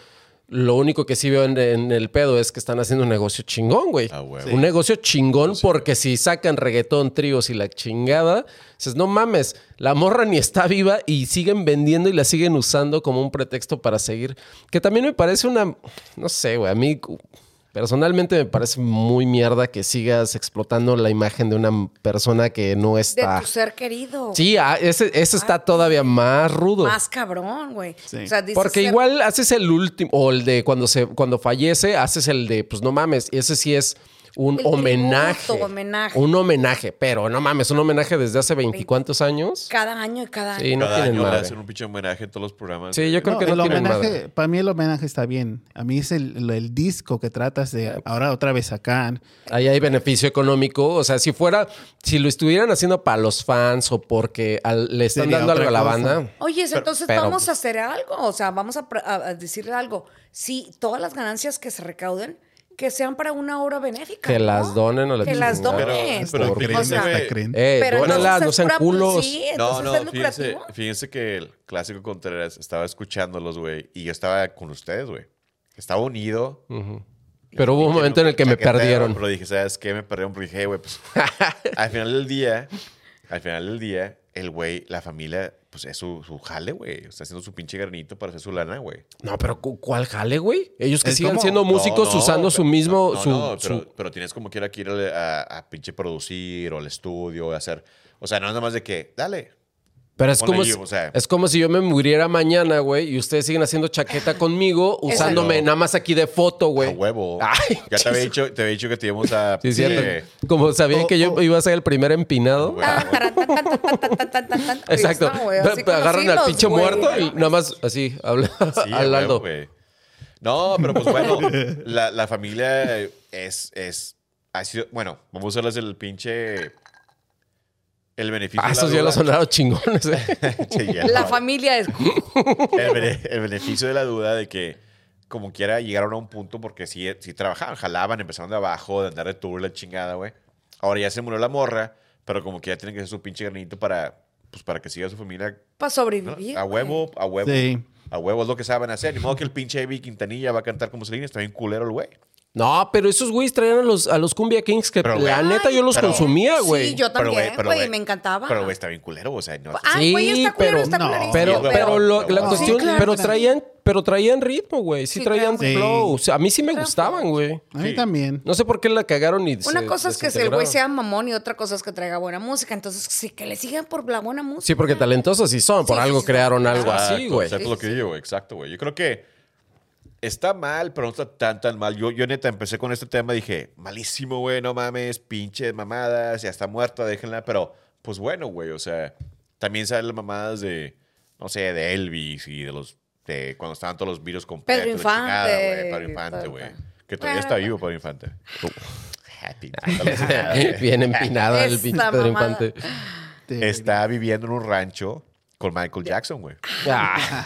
B: lo único que sí veo en, en el pedo es que están haciendo un negocio chingón, güey.
C: Ah, huevo.
B: Un negocio chingón porque si sacan reggaetón, tríos y la chingada, dices, no mames, la morra ni está viva y siguen vendiendo y la siguen usando como un pretexto para seguir. Que también me parece una, no sé, güey, a mí cu- personalmente me parece muy mierda que sigas explotando la imagen de una persona que no
D: De
B: está.
D: tu ser querido.
B: Sí, ah, ese, ese está todavía más rudo.
D: Más cabrón, güey.
E: Sí.
D: O sea, dices
B: Porque
D: ser-
B: igual haces el último, o el de cuando se, cuando fallece, haces el de, pues no mames, ese sí es un
D: El
B: homenaje.
D: tributo, homenaje.
B: Un homenaje, pero no mames, un homenaje desde hace veinticuantos años.
D: Cada año y cada año.
B: Sí, no
C: Cada
B: tienen
C: año le
B: madre.
C: hacen un pinche homenaje en todos los programas.
B: Sí, yo creo
E: No,
B: que no
E: el
B: tienen
E: homenaje,
B: madre.
E: para mí el homenaje está bien. A mí es el, el disco que tratas de ahora otra vez sacar.
B: Ahí hay beneficio económico. O sea, si fuera, si lo estuvieran haciendo para los fans o porque al- le están
E: Sería
B: dando algo
E: otra
B: a la
E: cosa.
B: banda.
D: Oye, entonces
B: pero,
D: vamos
B: pues-
D: a hacer algo, o sea, vamos a, pr- a- a decirle algo. Si todas las ganancias que se recauden, que sean para una obra benéfica.
B: Que
D: ¿no?
B: las donen o la
D: Que las
B: chingada.
D: donen.
C: Pero- pero
E: Hasta
D: O
E: creen,
D: sea,
E: hasta
C: güey.
E: creen.
B: Eh,
D: pero
B: dónenla,
D: entonces
B: no
D: es
B: sean
D: pura-
B: culos.
D: Sí,
C: No,
D: entonces es
C: no, fíjense,
D: lucrativo.
C: fíjense que el clásico Contreras estaba escuchándolos, güey, y yo estaba con ustedes, güey. Estaba unido
B: Pero hubo un momento en el que me
C: chaquetero,
B: perdieron.
C: Pero dije, ¿sabes qué? Me perdieron porque dije, "Hey, güey, pues al final del día, al final del día, el güey, la familia, pues es su, su jale, güey. Está haciendo su pinche granito para hacer su lana, güey.
B: No, pero cu- ¿cuál jale, güey? Ellos que
E: Es
B: sigan
E: como-
B: siendo músicos
C: No, no,
B: usando su
C: pero-
B: mismo.
C: no,
B: su,
C: no, pero,
B: su-
C: pero tienes como quiera que ir a, a- a pinche producir o al estudio, a hacer. O sea, no es nada más de que, dale.
B: pero es
C: ponle
B: como,
C: you,
B: si-
C: o sea.
B: es como si yo me muriera mañana, güey, y ustedes siguen haciendo chaqueta conmigo, usándome
C: Exacto.
B: nada más aquí de foto, güey.
C: A huevo.
B: Ay,
C: ya te había,
B: chis-
C: dicho, te había dicho que te íbamos a.
B: Sí, es cierto.
C: eh,
B: Como sabían
E: Oh,
B: que yo
E: oh.
B: iba a ser el primer empinado.
C: Ah, güey.
D: Tan, taran, tan, tan, tan, tan, tan, tan, tan, tan.
B: Exacto.
D: No, güey, así
B: Pe- Agarran al
D: conocidos,
B: pinche
D: güey.
B: muerto y nada más así, habla,
C: Sí, a huevo,
B: hablando.
C: güey. No, pero pues bueno, la, la familia es, es, ha sido, bueno, vamos a usarles el pinche, el beneficio
B: Ah,
C: de la
B: esos ya
C: duda.
B: los sonaron chingones, eh.
C: Sí, ya,
D: La
C: no.
D: familia es.
C: el, bene- el beneficio de la duda de que como quiera llegaron a un punto porque sí, sí trabajaban, jalaban, empezaron de abajo, de andar de tour, la chingada, güey. Ahora ya se murió la morra, pero como que ya tienen que hacer su pinche granito para, pues para que siga su familia
D: Para
C: ¿no?
D: sobrevivir.
C: A
D: güey.
C: huevo, a huevo.
E: Sí.
C: A huevo es lo que saben hacer. Ni modo que el pinche Evi Quintanilla va a cantar como Selena. Está bien culero el güey.
B: No, pero esos güeyes traían a los, a los Cumbia Kings que
C: Pero, güey.
B: la neta yo los
C: Pero-
B: consumía, güey.
D: Sí, yo
C: Pero, güey,
D: también,
C: pero,
D: güey.
C: güey.
D: Me encantaba.
C: Pero güey, está bien culero. O sea, no.
D: Ah,
B: Sí,
D: güey, está culero,
B: pero-
D: está
E: no,
D: culerísimo,
B: Pero,
C: Sí,
B: pero lo- la
C: Sí,
B: cuestión,
D: claro.
B: pero traían, pero traían ritmo, güey. Sí,
D: Sí,
B: traían
D: claro.
B: flow.
E: Sí.
B: O sea, a mí sí me
D: Traían
B: gustaban,
D: flow.
B: güey.
E: A mí
C: Sí.
E: también.
B: No sé por qué la cagaron y
D: Una
B: se
D: cosa es que el güey
B: desintegraron.
D: sea mamón y otra cosa es que traiga buena música. Entonces, sí, que le sigan por la buena música.
B: Sí, porque talentosos sí son. Por
D: Mm. Sí,
B: algo
D: sí, sí.
B: crearon algo
C: Exacto,
B: así, Ah, güey.
C: Exacto
D: Sí,
C: lo
D: sí,
C: que
D: sí.
C: digo, güey. Exacto, güey. Yo creo que está mal, pero no está tan, tan mal. Yo, yo neta empecé con este tema. Dije, malísimo, güey. No mames, pinches mamadas. Ya está muerta, déjenla. Pero, pues bueno, güey. O sea, también salen las mamadas de, no sé, de Elvis y de los. De cuando estaban todos los virus con
D: Pedro
C: Pepe, la chingada,
D: Infante.
C: güey, Pedro Infante,
D: Tal,
C: güey.
D: tal.
C: Que
D: Bueno,
C: todavía está vivo Pedro Infante. Happy.
B: Bien empinado el
D: Esta
B: pinche Pedro
D: mamada.
B: Infante.
E: Te-
C: está viviendo en un rancho con Michael Jackson, güey.
B: Ah,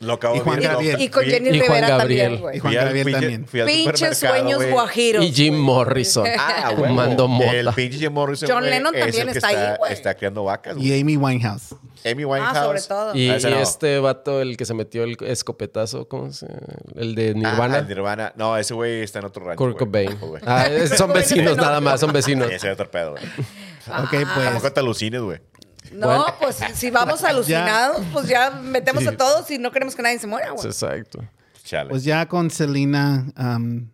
C: Lo acabo
E: Y Juan
C: viendo.
E: Gabriel.
D: Y con
C: Fui-
D: Jenny
B: Y Juan
D: Rivera
B: Gabriel.
D: también, güey.
E: Y Juan
C: fui al
E: Gabriel
C: pinche-
E: también.
C: fui al
D: Pinches
C: supermercado,
D: sueños
C: güey.
D: guajiros.
B: y Jim
D: güey.
B: Morrison.
C: Ah, güey.
B: Fumando mota.
C: El pinche Jim Morrison.
D: John
C: güey,
D: Lennon
C: es el
D: también
C: que
D: está ahí, güey.
C: Está criando vacas, güey.
E: Y Amy Winehouse.
C: Amy Winehouse.
D: Ah, sobre todo.
B: Y,
C: Ah, ese
B: y
C: no.
B: este vato, el que se metió el escopetazo, ¿cómo se llama? El de
C: Ah,
B: Nirvana.
C: el Nirvana. No, ese güey está en otro rancho.
B: Kurt
C: güey.
B: Cobain.
C: Ojo, güey.
B: Ah, es- son vecinos
D: No.
B: nada más, son vecinos.
C: Ese es otro pedo, güey.
E: Ok,
C: Tampoco
D: Ah,
E: pues.
C: te alucines, güey.
D: No, pues si vamos alucinados, pues ya metemos a todos y no queremos que nadie se muera, Ah, güey.
B: Exacto.
C: Chale.
E: Pues ya con Selena, um,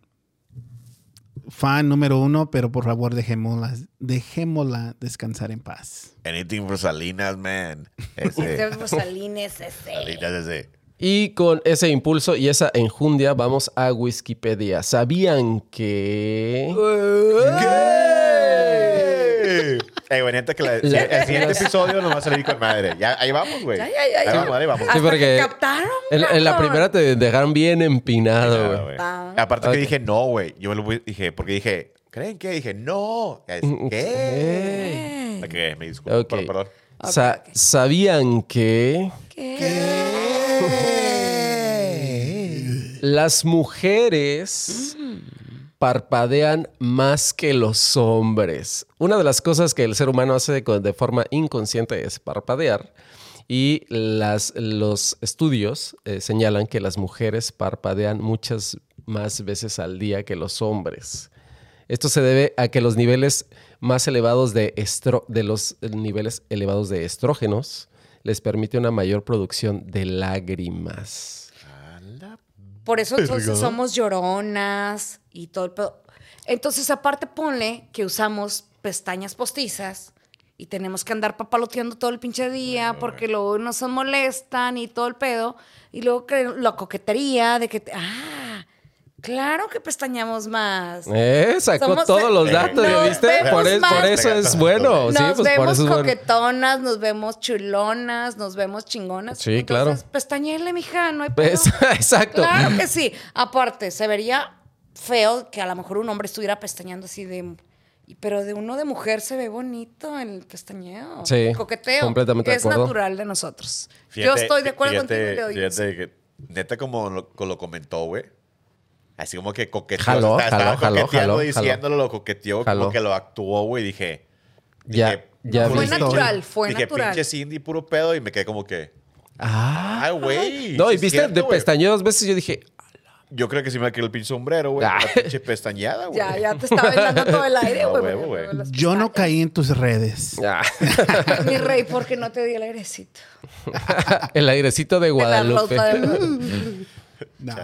E: fan número uno, pero por favor dejémosla, dejémosla descansar en paz.
C: Anything for Salinas, man.
D: Ese
C: Ese.
D: es Rosalines, pues, ese.
C: Salinas, ese.
B: Y con ese impulso y esa enjundia, vamos a Wikipedia. ¿Sabían que.?
C: ¡Gay! Eh, güey, neta que la-
B: La-
C: el siguiente episodio nos va a salir con madre. Ya, ahí vamos, güey.
D: Ya, ya, ya,
C: Ahí
D: ya.
C: vamos, ahí vamos.
D: Hasta
B: porque-
D: que captaron.
B: En, en la
D: cabrón.
B: primera te dejaron bien empinado,
C: Nada,
B: güey.
C: güey.
D: Ah.
C: Aparte
B: Ok.
C: que dije, no, güey. Yo lo voy- dije, porque dije, ¿creen que? Dije, no. Es, ¿Qué? La cagué, me disculpo.
B: Mm, Ok.
C: Perdón, perdón.
B: Sa- ¿Sabían que.? Las mujeres parpadean más que los hombres. Una de las cosas que el ser humano hace de, de forma inconsciente es parpadear. Y las, los estudios eh, señalan que las mujeres parpadean muchas más veces al día que los hombres. Esto se debe a que los niveles más elevados de estro- de los eh, niveles elevados de estrógenos les permite una mayor producción de lágrimas.
D: Por eso entonces somos lloronas y todo el pedo. Entonces, aparte, ponle que usamos pestañas postizas y tenemos que andar papaloteando todo el pinche día porque luego nos molestan y todo el pedo. Y luego que la coquetería de que, te- ah, claro que pestañamos más.
B: Eh, sacó
D: Somos-
B: todos los
C: Eh,
B: datos, ¿ya
D: nos
B: ¿viste?
D: vemos
B: Por, es-
D: más-
B: por eso es bueno.
D: Nos
B: sí, pues por
D: vemos
B: eso es bueno.
D: coquetonas, nos vemos chulonas, nos vemos chingonas.
B: Sí, claro.
D: Pestañele, mija, no hay pedo.
B: Pues, exacto.
D: Claro que sí. Aparte, se vería feo que a lo mejor un hombre estuviera pestañando así de. y- Pero de uno de mujer se ve bonito el pestañeo.
B: Sí,
D: El coqueteo.
B: completamente de
D: es
B: acuerdo.
D: natural de nosotros. Yo
C: Fíjate-
D: estoy de acuerdo
C: fíjate-
D: contigo, Leo.
C: Fíjate que, neta, como lo, como lo comentó, güey. Así como que coqueteó.
B: Jaló,
C: estaba- estaba
B: jaló, jaló,
C: coqueteando,
B: jaló,
C: diciéndolo, lo coqueteó,
B: Jaló.
C: como que lo actuó, güey. Dije,
B: Ya,
C: dije,
B: ya
D: Fue
B: vi.
E: Estoy-
D: natural, fue
C: dije,
D: natural.
C: pinche Cindy, puro pedo. Y me quedé como que,
B: Ah,
C: ay, güey.
B: no,
C: sí
B: y
C: es
B: viste,
C: cierto,
B: de
C: güey.
B: pestañeo dos veces yo dije, "A la
C: Yo creo que sí me va a quedar el pinche sombrero, güey.
B: Ah.
C: La pinche pestañeada, güey.
D: Ya, ya te está bailando todo el aire,
C: A
D: güey.
C: huevo,
D: porque
C: güey.
D: veo las
E: Yo no caí en tus redes.
B: Ah,
D: pestañas. Mi rey, porque no te di el airecito.
B: el airecito de
D: De la
B: Guadalupe.
D: ropa de-
E: No.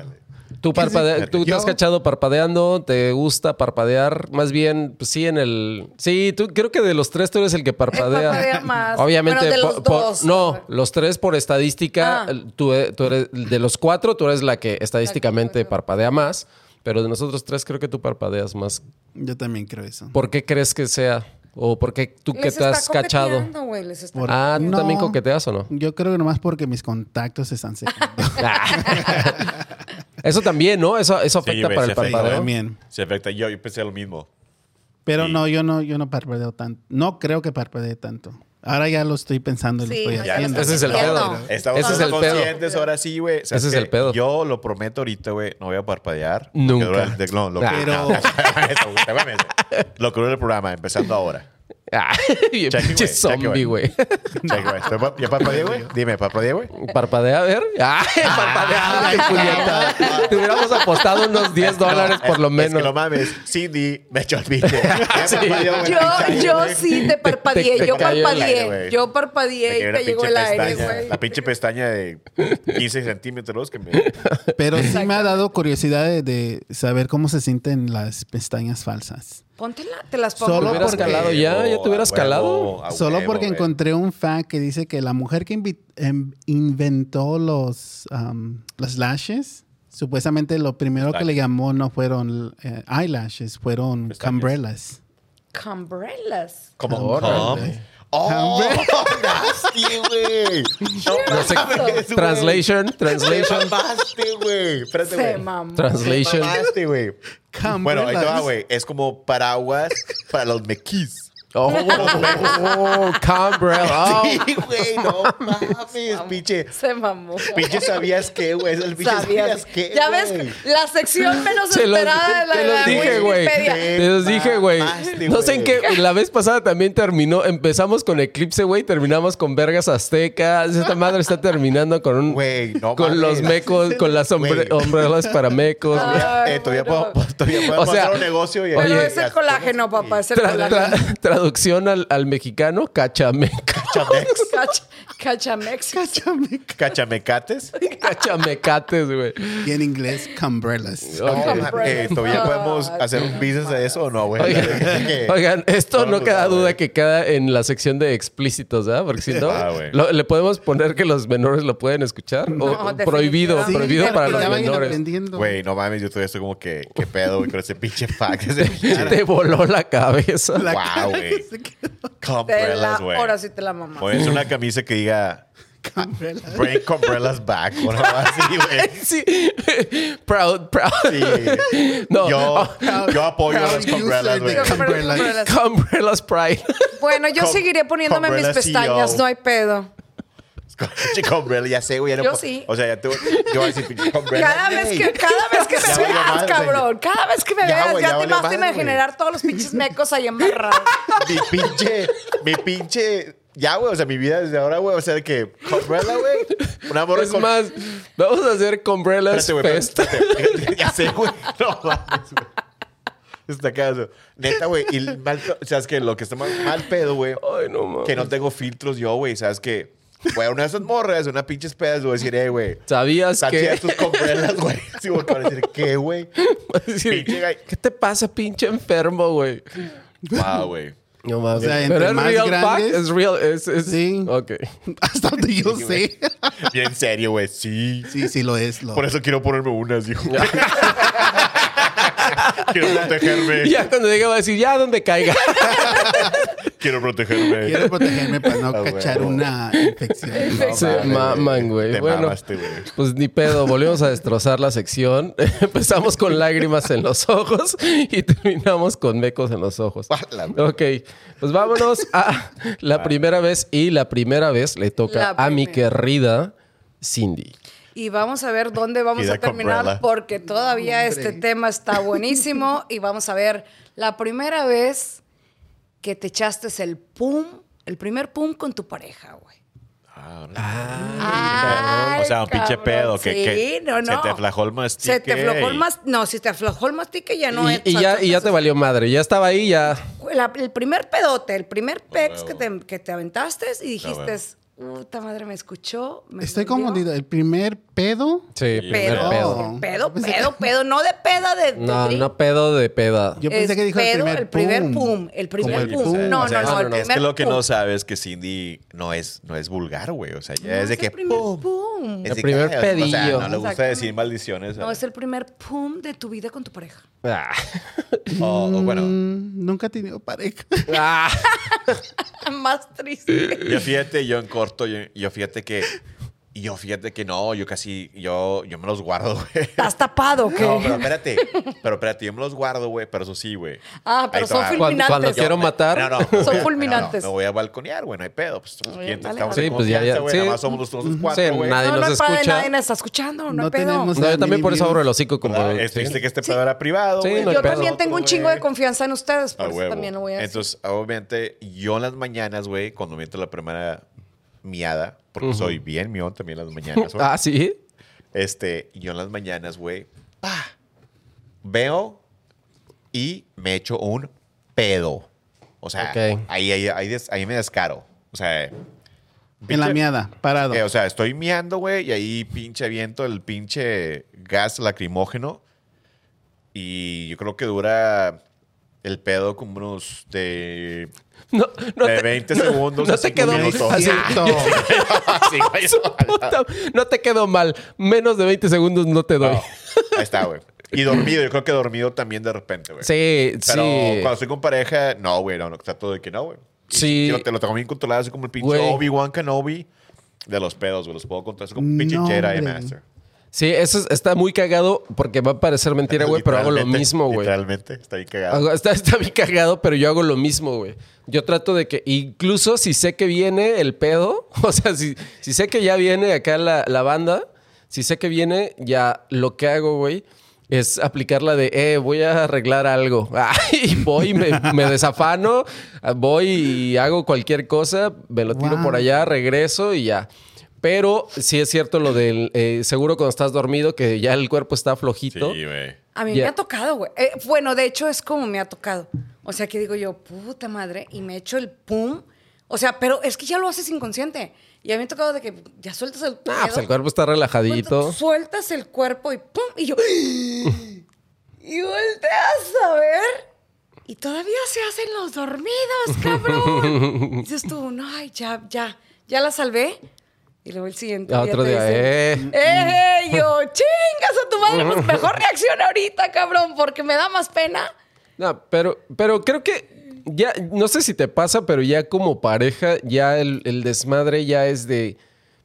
B: Tú, parpadea-
C: sí.
B: tú te
E: Yo-
B: has cachado parpadeando, te gusta parpadear. Más bien, pues, sí, en el. Sí, tú creo que de los tres tú eres el que parpadea.
D: parpadea más.
B: Obviamente,
D: Bueno, de
B: po-
D: los
B: po-
D: dos.
B: no, los tres por estadística,
D: Ah.
B: el- tú, e- tú eres. De los cuatro, tú eres la que estadísticamente parpadea más. Pero de nosotros tres, creo que tú parpadeas más.
E: Yo también creo eso.
B: ¿Por qué crees que sea? ¿O por qué tú que
D: Les
B: te has
D: está
B: cachado?
D: coqueteando, güey, les está
E: Por-
B: Ah, ¿tú
E: No.
B: también coqueteas o no?
E: Yo creo que nomás porque mis contactos se están secando.
B: Eso también, ¿no? Eso, eso
C: Sí,
B: afecta
C: güey,
B: para
C: sí
B: el
C: afecta.
B: parpadeo.
E: También.
C: Se afecta. Yo, yo pensé lo mismo.
E: Pero
C: Sí.
E: no, yo no, yo no parpadeo tanto. No creo que parpadee tanto. Ahora ya lo estoy pensando y lo
D: Sí,
E: estoy
D: no,
C: ya lo
E: haciendo.
B: Ese es el pedo.
D: No.
C: Estamos
B: Ese es el pedo.
C: conscientes ahora sí, güey. ¿Sabes
B: Ese es
C: qué?
B: el pedo.
C: Yo lo prometo ahorita, güey. No voy a parpadear.
B: Nunca.
C: Lo que dura el- no, lo que-
E: Pero-
C: no, eso, güey, te mames. Lo que dura el programa, empezando ahora.
B: Ah, bien
C: Cheque,
B: pinche
C: güey, cheque,
B: zombie, güey.
C: Check, güey. Estoy pa- ¿Ya parpadeé, güey? Dime, ¿parpadeé, güey?
B: Parpadea, a ver. Ah, parpadea,
E: ahí
B: qué
E: está.
B: puñeta. Te hubiéramos apostado unos 10 dólares por lo
C: Es
B: menos.
C: que no mames, Cindy me echó el pinche. Ya parpadeó, güey,
D: Yo,
C: pinche
D: yo
C: aire,
D: sí te
B: Te-
D: parpadeé,
B: te- te
D: yo
B: cayó el
C: aire,
D: parpadeé,
C: güey.
D: yo
C: güey. Me
D: parpadeé
C: quedé
D: y
C: una
D: te llegó
C: pinche
D: el aire,
C: pestaña,
D: güey.
C: La pinche pestaña de 15 centímetros que me...
E: Pero sí me ha dado curiosidad de, de saber cómo se sienten las pestañas falsas.
D: Póntela, te las pongo.
E: Solo
B: Te hubieras
E: porque-
B: calado ya, ya te hubieras
C: A huevo,
B: calado.
C: a
E: Solo
C: huevo,
E: porque
C: güey.
E: encontré un fact que dice que la mujer que invi- em- inventó los, um, los lashes, supuestamente lo primero que le llamó no fueron eh, eyelashes, fueron
C: Pestañas.
E: cumbrellas.
D: Cumbrellas.
C: Como
B: Órale.
C: Come. ¡Oh! ¡Nasty, güey! No,
B: No sé-
C: mames, güey.
B: Translation,
C: Te
B: translation,
C: mamaste, güey. Espérate, güey.
D: Se mamó.
C: Te
B: translation.
C: mamaste, güey.
E: Cumbrellas.
C: Bueno, ahí te va, güey. Es como paraguas para los mequis.
B: Oh, oh, Cambrella. Oh.
C: Sí, güey. No mames, pinche.
D: Se mamó.
C: Pinche sabías qué, güey. Es el pinche
D: Sabías.
C: sabías qué.
D: ya
C: güey.
D: ves, la sección menos
B: Se los,
D: esperada de la
B: te
D: de
B: los
D: la
B: dije, güey.
D: Wikipedia.
C: Sí.
B: Te los dije, güey.
C: Mamaste,
B: No sé en
C: güey.
B: qué. La vez pasada también terminó. Empezamos con Eclipse, güey. Terminamos con Vergas Aztecas. Esta madre está terminando con un.
C: Güey, no
B: con
C: mames.
B: los mecos, con las hombre-
C: Güey.
B: hombrelas para mecos. güey.
D: Ah, Ay,
C: Eh, todavía
D: bueno.
C: puedo, todavía puedo
B: O sea,
C: hacer un negocio y
D: Pero
B: Oye,
D: es el colágeno, papá, es el
B: Tra-
D: colágeno.
B: tra- traducción al, al mexicano, cachameca.
C: Cachamex,
D: Cacha- Cachamex.
C: cachamecates.
B: Cachamecates, güey.
E: Y en inglés, cumbrellas.
C: No,
B: Ok.
C: mames, eh, ¿Todavía podemos hacer un business de eso o no, güey?
B: Oigan, oigan, esto
C: No,
B: no,
C: no,
B: queda
C: no,
B: duda
C: güey.
B: que queda en la sección de explícitos, ¿verdad? Porque si no,
C: Ah, güey.
B: lo- ¿le podemos poner que los menores lo pueden escuchar? O- o prohibido,
D: definitivamente.
B: prohibido
D: Sí,
B: para
D: porque
B: los
D: ya vayan
B: menores.
E: aprendiendo.
C: Güey, no mames, yo todavía estoy como que, ¿qué pedo güey, con ese pinche pack?
B: Te voló la cabeza.
E: La
C: Wow,
E: cara
C: güey.
E: que se quedó.
D: Te la-
C: Combrellas, güey.
D: Ahora sí te la mamá.
C: Voy a hacer una camisa que diga
E: Cumbrellas.
C: Bring Combrellas Back o algo así, güey.
B: Sí. Proud, proud.
C: Sí.
B: No. Oh,
C: Yo, yo apoyo
E: Proud
C: las Combrellas,
E: user
C: güey.
E: de cumbrellas.
D: Cumbrellas.
B: Cumbrellas Pride.
D: Bueno, yo
C: Com-
D: seguiré poniéndome mis
C: Cumbrella
D: pestañas,
C: CEO.
D: no hay pedo.
C: Pinche Combrellas, ya sé, güey. ya no
D: Yo
C: puedo-
D: sí.
C: O sea, ya te voy yo voy a decir pinche Combrellas.
D: Cada vez
C: güey.
D: que, cada vez que
C: Ya
D: me
C: valió
D: veas,
C: madre.
D: cabrón, cada vez que me
C: Ya,
D: veas,
C: güey,
D: ya,
C: ya
D: te
C: valió
D: vas a
C: madre,
D: imaginar todos los pinches mecos ahí embarrados.
C: mi pinche, mi pinche, ya, güey, o sea, mi vida desde ahora, güey, va a ser que Umbrella, güey, una morra
B: Es
C: con...
B: más, vamos a hacer Cumbrellas
C: espérate, güey,
B: Fest.
C: espérate, espérate, ya sé, güey, no mames, güey. Está cagado. Neta, güey, y el mal, o sea, es que lo que está mal, mal pedo, güey,
B: Ay, no mames.
C: que no tengo filtros yo, güey, sabes que, güey, una de esas morras, una pinche pedas, voy a decir, eh, güey,
B: ¿Sabías
C: saqué
B: que?
C: tus Umbrellas, güey, sí, güey, te van a decir, ¿qué, güey?
B: Sí.
C: Pinche gay.
B: ¿Qué te pasa, pinche enfermo, güey?
C: Wow, güey.
B: No mames.
E: O sea, entre
B: Pero es
E: más
B: real fact,
E: grandes-
B: es real. Es, es-
E: Sí.
B: Ok.
E: Hasta donde yo sé.
C: Bien serio, güey, sí.
E: Sí, sí lo es. Lo.
C: Por eso quiero ponerme unas, dijo. quiero protegerme.
B: Ya cuando llegue va a decir, ya donde caiga.
C: Quiero protegerme.
E: Quiero protegerme para no
C: Ah, güey.
E: cachar una infección.
B: Se maman, güey.
C: Te
B: Bueno.
C: mamaste, güey.
B: Pues ni pedo, volvimos a destrozar la sección. Empezamos con lágrimas en los ojos y terminamos con mecos en los ojos.
C: Guala, güey.
B: Ok, pues vámonos a la primera vez y la primera vez le toca
D: La
B: a mi
D: primera.
B: querida Cindy.
D: Y vamos a ver dónde vamos
C: Vida
D: a terminar
C: Cumbrella.
D: porque todavía este tema está buenísimo y vamos a ver la primera vez que te echaste el pum, el primer pum con tu pareja, güey.
C: Ah, órale.
D: Ay,
C: o sea, un pinche
D: cabrón,
C: pedo que,
D: sí,
C: que
D: no,
C: se
D: no.
C: te aflajó el mastique.
D: Se te aflojó el
C: y-
D: mastique. No, si te aflojó el mastique ya no
B: y,
D: es.
B: y ya, y ya te valió madre. Ya estaba ahí, ya.
D: La- el primer pedote, el primer pex
C: huevo.
D: que te, que te aventaste y dijiste,
C: huevo.
D: puta madre, me escuchó. me
E: Estoy
D: entendió".
E: confundido. El primer pedo.
B: Sí, primer
D: Pedo,
B: pedo.
E: Oh.
D: pedo,
E: Pensé
D: pedo, pedo, no de peda de. de
B: No,
D: drink.
B: no pedo de peda.
E: Yo pensé
D: Es
E: que dijo
D: pedo,
E: el
D: el
E: primer
D: primer
E: pum.
D: pum, el primer
E: Como
D: pum. No,
C: o sea,
D: no, no, el
C: Es que
D: primer
C: lo que no
D: pum.
C: sabes es que Cindy no es, no es vulgar, güey. O sea, ya
D: No,
C: es de
D: es
C: que
D: el primer
C: ¡pum!
D: pum.
C: Es
B: El
C: de
B: primer
C: que, ay, O sea,
B: pedillo.
C: no le gusta
D: Exactamente.
C: decir maldiciones.
D: No, es el primer pum de tu vida con tu pareja.
B: Ah.
C: o, o bueno,
E: Mm, nunca he tenido pareja.
B: Ah.
D: Más triste.
C: yo fíjate, yo en corto, yo, yo fíjate que. Yo fíjate que no, yo casi, yo, yo me los guardo, güey.
D: Estás tapado, ¿qué?
C: No, pero espérate, pero espérate, yo me los guardo, güey, pero eso sí, güey.
D: Ah, pero
C: Ahí te
D: son
C: va.
D: filmes.
B: cuando,
D: Fulminantes.
B: cuando quiero
C: No,
B: matar.
C: no, no, no,
D: Son
C: no,
D: fulminantes.
C: No, no, voy a balconear, güey, no hay pedo. Pues, somos
D: Oye,
C: 500,
D: dale,
C: estamos
D: dale.
C: en
B: Sí, pues, ya,
C: confianza,
B: ya,
C: güey,
B: sí.
C: nada más somos los, los
B: Sí,
C: cuatro, güey.
B: nadie
D: no,
B: nos
D: no es padre,
B: escucha.
D: nadie nos está escuchando, no,
E: No
D: hay pedo.
E: tenemos-
B: No, yo también por eso abro el hocico como.
C: ¿Verdad? Es
B: sí.
C: triste que este pedo era privado,
B: Sí,
C: güey.
B: no hay
D: Yo
B: pedo.
D: también tengo un chingo de confianza en ustedes,
C: A
D: por eso
C: huevo.
D: también lo voy a decir.
C: Entonces, obviamente, yo en las mañanas, güey, cuando me entro la primera miada, porque
B: Ujú.
C: soy bien mión también en las mañanas, güey.
B: Ah, sí.
C: Este, yo en las mañanas, güey, pa, veo y me echo un pedo. O sea,
B: Ok.
C: ahí, ahí, ahí, des- ahí me descaro. O sea,
E: En la
C: pinche-
E: miada, parado.
C: eh, o sea, estoy miando, güey, y ahí pinche viento el pinche gas lacrimógeno. Y yo creo que dura el pedo como unos de,
B: No, no
C: de
B: te-
C: 20 segundos.
B: no
C: a
B: te
C: cinco
B: quedó
C: minutos.
B: así.
C: Así, güey.
B: Puta, no te quedó mal. Menos de 20 segundos no te doy.
C: No, Ahí está, güey. Y dormido, yo creo que dormido también de repente, güey.
B: Sí,
C: pues, Pero
B: sí.
C: cuando estoy con pareja, no, güey, no, no, trato de que no, güey. Y
B: Sí.
C: yo te lo tengo bien controlado, así como el pinche
B: Güey.
C: Obi-Wan Kenobi de los pedos, güey. Los puedo controlar, así como un pinche
E: No,
C: Jedi
E: hombre.
C: Master.
B: Sí, eso es- está muy cagado porque va a parecer mentira, güey, pero hago lo
C: Literalmente,
B: mismo, güey.
C: Literalmente, está bien cagado.
B: Hago- Está, está bien cagado, pero yo hago lo mismo, güey. Yo trato de que, incluso si sé que viene el pedo, o sea, si, si sé que ya viene acá la, la banda, si sé que viene, ya lo que hago, güey, es aplicar la de, eh, voy a arreglar algo. Ah, y voy, y me, me desafano, ah, voy y hago cualquier cosa, me lo tiro
E: Wow.
B: por allá, regreso y ya. Pero sí es cierto lo del, eh, seguro cuando estás dormido, que ya el cuerpo está
C: Sí,
B: flojito.
C: güey.
D: A mí
B: Ya.
D: me ha tocado, güey. Eh, bueno, de hecho es como me ha tocado. O sea, que digo yo, puta madre, y me echo el pum. O sea, pero es que ya lo haces inconsciente. Y a mí me ha tocado de que ya sueltas el
B: Ah, pues
D: dedo,
B: el cuerpo está relajadito.
D: Sueltas el cuerpo y pum, y yo... "¡Ah!". y volteas a ver. Y todavía se hacen los dormidos, cabrón. Y dices tú, no, ay, ya, ya, ya la salvé. Y luego el siguiente
B: Ah, otro
D: te
B: día,
D: dicen,
B: eh.
D: ¡Eh, yo! ¡Chingas a tu madre! Pues mejor reacciona ahorita, cabrón, porque me da más pena.
B: No, pero, pero creo que ya, no sé si te pasa, pero ya como pareja, ya el, el desmadre ya es de.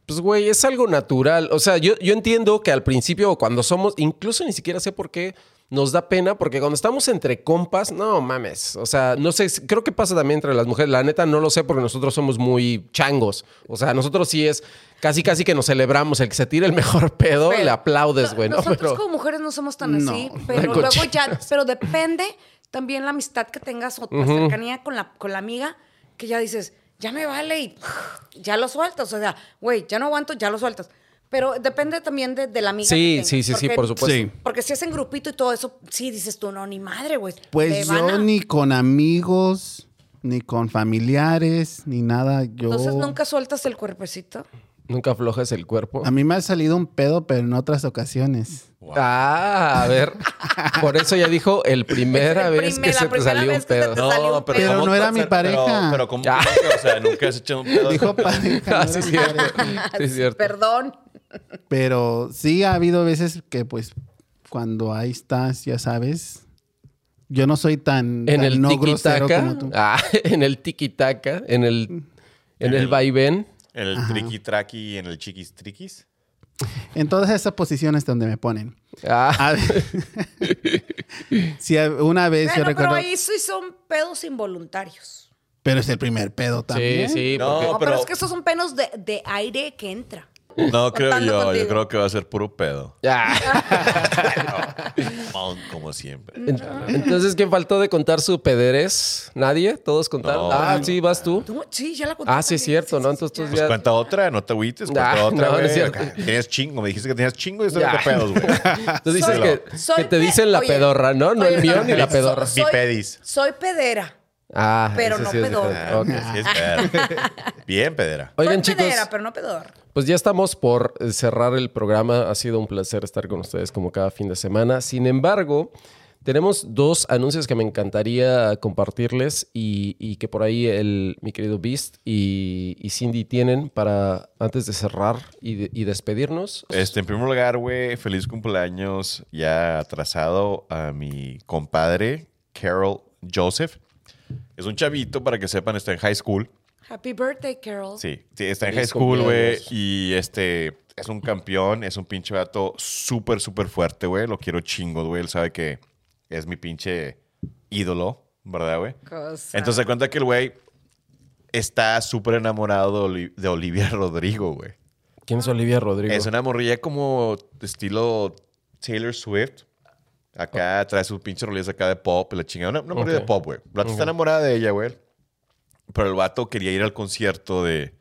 B: Pues, güey, es algo natural. O sea, yo, yo entiendo que al principio, o cuando somos, incluso ni siquiera sé por qué nos da pena, porque cuando estamos entre compas, no mames. O sea, no sé, creo que pasa también entre las mujeres. La neta no lo sé porque nosotros somos muy changos. O sea, nosotros sí es casi, casi que nos celebramos. El que se tira el mejor pedo,
D: Pero-
B: le aplaudes, güey. ¿no?
D: Nosotros
B: Pero-
D: como mujeres no somos tan
E: No,
D: así,
E: tan
D: pero luego ya,
B: cochinas.
D: pero depende también la amistad que tengas o la cercanía con la, con la amiga, que ya dices, ya me vale y ya lo sueltas. O sea, güey, ya no aguanto, ya lo sueltas. Pero depende también de, de la amiga.
B: Sí,
D: que tengas,
B: sí, sí, sí,
D: porque-
B: por supuesto.
E: Sí.
D: Porque si es en grupito y todo eso, sí dices tú, no, ni madre, güey. te
E: Pues
D: van
E: yo
D: a-
E: ni con amigos, ni con familiares, ni nada. Yo.
D: Entonces nunca sueltas el cuerpecito.
B: Nunca aflojas el cuerpo.
E: A mí me ha salido un pedo, pero en otras ocasiones.
B: Ah, a ver. Por eso ya dijo el primera
D: El
B: vez
D: primer-
B: que
D: la
B: se te
D: primera
B: salió un
D: vez que
B: pedo.
D: se te salió un pedo.
E: Pero
C: ¿cómo
E: no era mi
C: pero-
E: pareja.
C: Pero, ¿cómo? O sea, nunca has hecho un pedo.
E: Dijo pareja.
B: Ah,
E: no
B: sí,
E: era
B: es cierto.
E: pareja.
B: Sí, es cierto.
D: Perdón.
E: Pero sí ha habido veces que, pues, cuando ahí estás, ya sabes. Yo no soy tan,
B: En
E: tan
B: el
E: no
B: tiki
E: grosero
B: taka.
E: como tú.
B: en el tiki taka. En el, en el vaivén.
C: El triqui traqui y en el chiquis triquis.
E: En todas esas posiciones donde me ponen.
B: Ah,
E: A ver. sí, una vez
D: Bueno,
E: yo
D: pero
E: recuerdo.
D: ahí sí son pedos involuntarios.
E: Pero es el primer pedo
B: sí,
E: también.
B: sí.
C: No,
B: porque-
D: No, pero,
C: pero-
D: es que esos son pedos de, de aire que entra.
C: No creo
D: Contando
C: yo, yo
D: contigo.
C: creo que va a ser puro pedo.
B: Ah.
C: Mon, Como siempre.
B: Ent- Entonces, ¿quién faltó de contar su pederez? ¿Nadie? ¿Todos contaron?
C: No.
B: ah, sí, vas tú.
D: Tú, sí, ya la conté.
B: Ah, sí, es
D: también.
B: cierto, ¿no? Entonces
D: ya.
B: tú
C: Pues
B: ya-
C: cuenta otra, no te agüites, cuenta
B: Nah,
C: otra,
B: no, no
C: güey.
B: es cierto.
C: Acá, Tienes chingo, me dijiste que tenías chingo y estás
B: Ya.
C: de pedos, güey.
B: Tú dices
D: Soy-
B: que,
D: soy
B: que te
D: pe-
B: dicen la
D: oye,
B: pedorra, ¿no? No
D: oye,
B: el mío
D: no,
B: ni la
D: so-
B: pedorra.
D: soy-
C: Bipedis.
D: Soy pedera.
B: Ah,
D: pero
B: eso
D: no
B: sí es
D: pedorra.
B: diferente. Ok.
C: Ah, sí es pedera. Bien, pedera.
B: Oigan,
D: soy
B: chicos,
D: pedera, pero no pedor.
B: pues ya estamos por eh, cerrar el programa. Ha sido un placer estar con ustedes como cada fin de semana. Sin embargo, tenemos dos anuncios que me encantaría compartirles y, y que por ahí el, mi querido Beast y, y Cindy tienen para antes de cerrar y, de- y despedirnos.
C: Este, en primer lugar, güey, feliz cumpleaños ya atrasado a mi compadre, Carol Joseph. Es un chavito, para que sepan, está en high school.
D: Happy birthday, Carol.
C: Sí, sí, está en high
B: Feliz
C: school, güey.
B: cumpleaños.
C: Y este es un campeón, es un pinche vato súper, súper fuerte, güey. Lo quiero chingo, güey. Él sabe que es mi pinche ídolo, ¿verdad, güey?
D: Cosa.
C: Entonces se cuenta que el güey está súper enamorado de, Oli- de Olivia Rodrigo, güey.
B: ¿Quién es Olivia Rodrigo?
C: Es una morrilla como estilo Taylor Swift. Acá trae sus pinches rolillas acá de pop, y la chingada. Una, una morrilla
B: Ok.
C: de pop, güey. La está enamorada de ella, güey. Pero el vato quería ir al concierto de,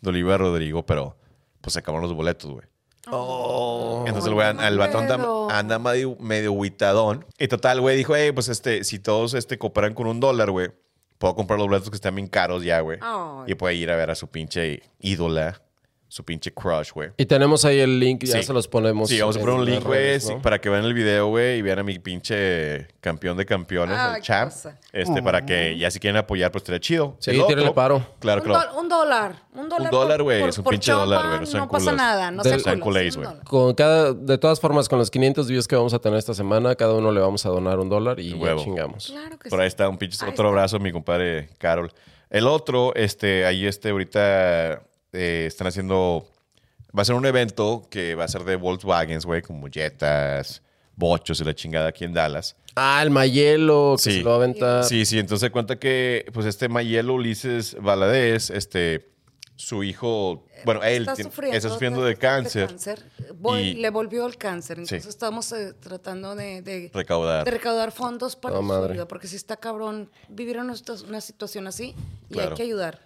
C: de Olivia Rodrigo, pero pues se acabaron los boletos, güey. Entonces el, güey,
D: Oh. no
C: el vato anda,
D: puedo.
C: anda medio, medio huitadón. Y total, güey, dijo, hey, pues este, si todos este, cooperan con un dólar, güey, puedo comprar los boletos que están bien caros ya, güey.
D: Ay.
C: Y puede ir a ver a su pinche ídola, su pinche crush, güey.
B: Y tenemos ahí el link, ya
C: Sí.
B: se los ponemos.
C: Sí, vamos a
B: en
C: poner un
B: las
C: link, güey,
B: redes,
C: sí,
B: ¿no?
C: para que vean el video, güey, y vean a mi pinche campeón de campeones,
D: Ah,
C: el
D: qué
C: champ.
D: cosa.
C: Este, para que ya si quieren apoyar, pues estaría chido.
B: Sí,
C: El otro,
B: tírenle paro.
C: Claro,
D: un,
C: claro.
D: dol- un dólar. Un dólar.
C: Un dólar,
D: por-
C: güey,
D: por-
C: es un
D: por
C: pinche dólar,
D: chamba,
C: güey, no
D: No,
C: sean
D: pasa
C: culos.
D: nada. No
B: Del-
D: sean
B: sean
D: culos,
C: culéis,
D: un
C: güey.
D: dólar.
B: Con cada, de todas formas, con los 500 views que vamos a tener esta semana, cada uno le vamos a donar un dólar y ya
C: Huevo.
B: chingamos.
D: Claro que
C: Por ahí
D: sí.
C: está un pinche
D: Ahí
C: otro
D: está.
C: abrazo, mi compadre Carol. El otro, este, ahí este, ahorita eh, están haciendo. Va a ser un evento que va a ser de Volkswagens, güey, como jetas, bochos y la chingada aquí en Dallas.
B: Ah, el Mayelo, que
C: Sí.
B: se lo va a aventar.
C: Sí, sí, entonces cuenta que pues este Mayelo Ulises Valadez, este, su hijo, bueno, él
D: Eh, Está
C: tiene-
D: sufriendo,
C: está sufriendo de cáncer,
D: Vol-
C: Y-
D: Le volvió el cáncer. Entonces
C: Sí.
D: estamos eh, tratando de, de- de
C: recaudar.
D: recaudar fondos para
B: Ah,
D: su
B: madre.
D: vida, Porque si está cabrón vivir en una, situ- una situación así y hay
C: Claro.
D: que ayudar.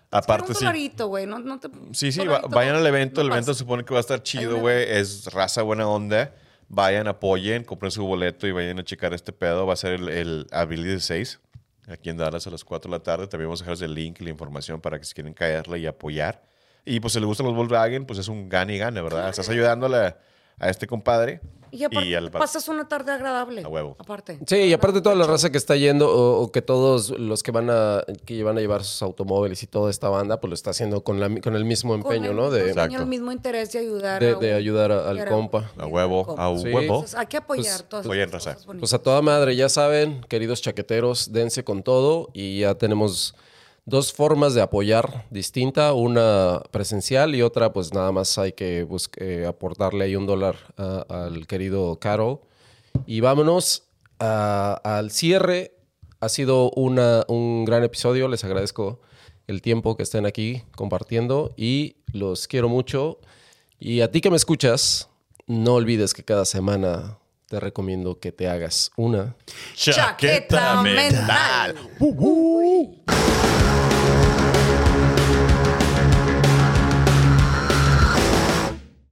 D: Pero
C: Aparte,
D: un
C: sí.
D: dolarito, güey. No, no te-
C: Sí, sí, va-
D: dolarito
C: vayan
D: no-
C: al evento,
D: no
C: el evento
D: pasa.
C: supone que va a estar chido,
D: un
C: güey, es raza buena onda. Vayan, apoyen, compren su boleto y vayan a checar este pedo. Va a ser el, el abril 16, aquí en Dallas a las 4 de la tarde. También vamos a dejarles el link y la información para que si quieren caerle y apoyar. Y pues si les gustan los Volkswagen, pues es un gane y gane, ¿verdad? Estás ayudándole a, a este compadre
D: Y aparte, pues,
C: al
D: pasas una tarde agradable.
C: A huevo.
D: Aparte.
B: Sí, y aparte toda la raza que está yendo o, o que todos los que van a que van a llevar sus automóviles y toda esta banda, pues lo está haciendo con, la, con el mismo
D: Con
B: empeño,
D: el
B: ¿no?
D: mismo
B: De,
D: empeño, el mismo interés de ayudar.
B: de,
D: a
B: de
D: un-
B: ayudar a- al
D: Era-
B: compa.
C: A huevo, a
B: Sí.
C: huevo.
D: Entonces, hay que apoyar
B: Pues,
D: todas
C: apoyen,
D: estas
C: raza.
D: cosas bonitas.
B: Pues a toda madre, ya saben, queridos chaqueteros, dense con todo y ya tenemos dos formas de apoyar distinta, una presencial y otra pues nada más hay que busque- eh, aportarle ahí un dólar a- al querido Caro. Y vámonos a- al cierre. Ha sido una- un gran episodio, les agradezco el tiempo que estén aquí compartiendo y los quiero mucho. Y a ti que me escuchas, no olvides que cada semana te recomiendo que te hagas una
D: Chaqueta mental.
C: Uh, uh.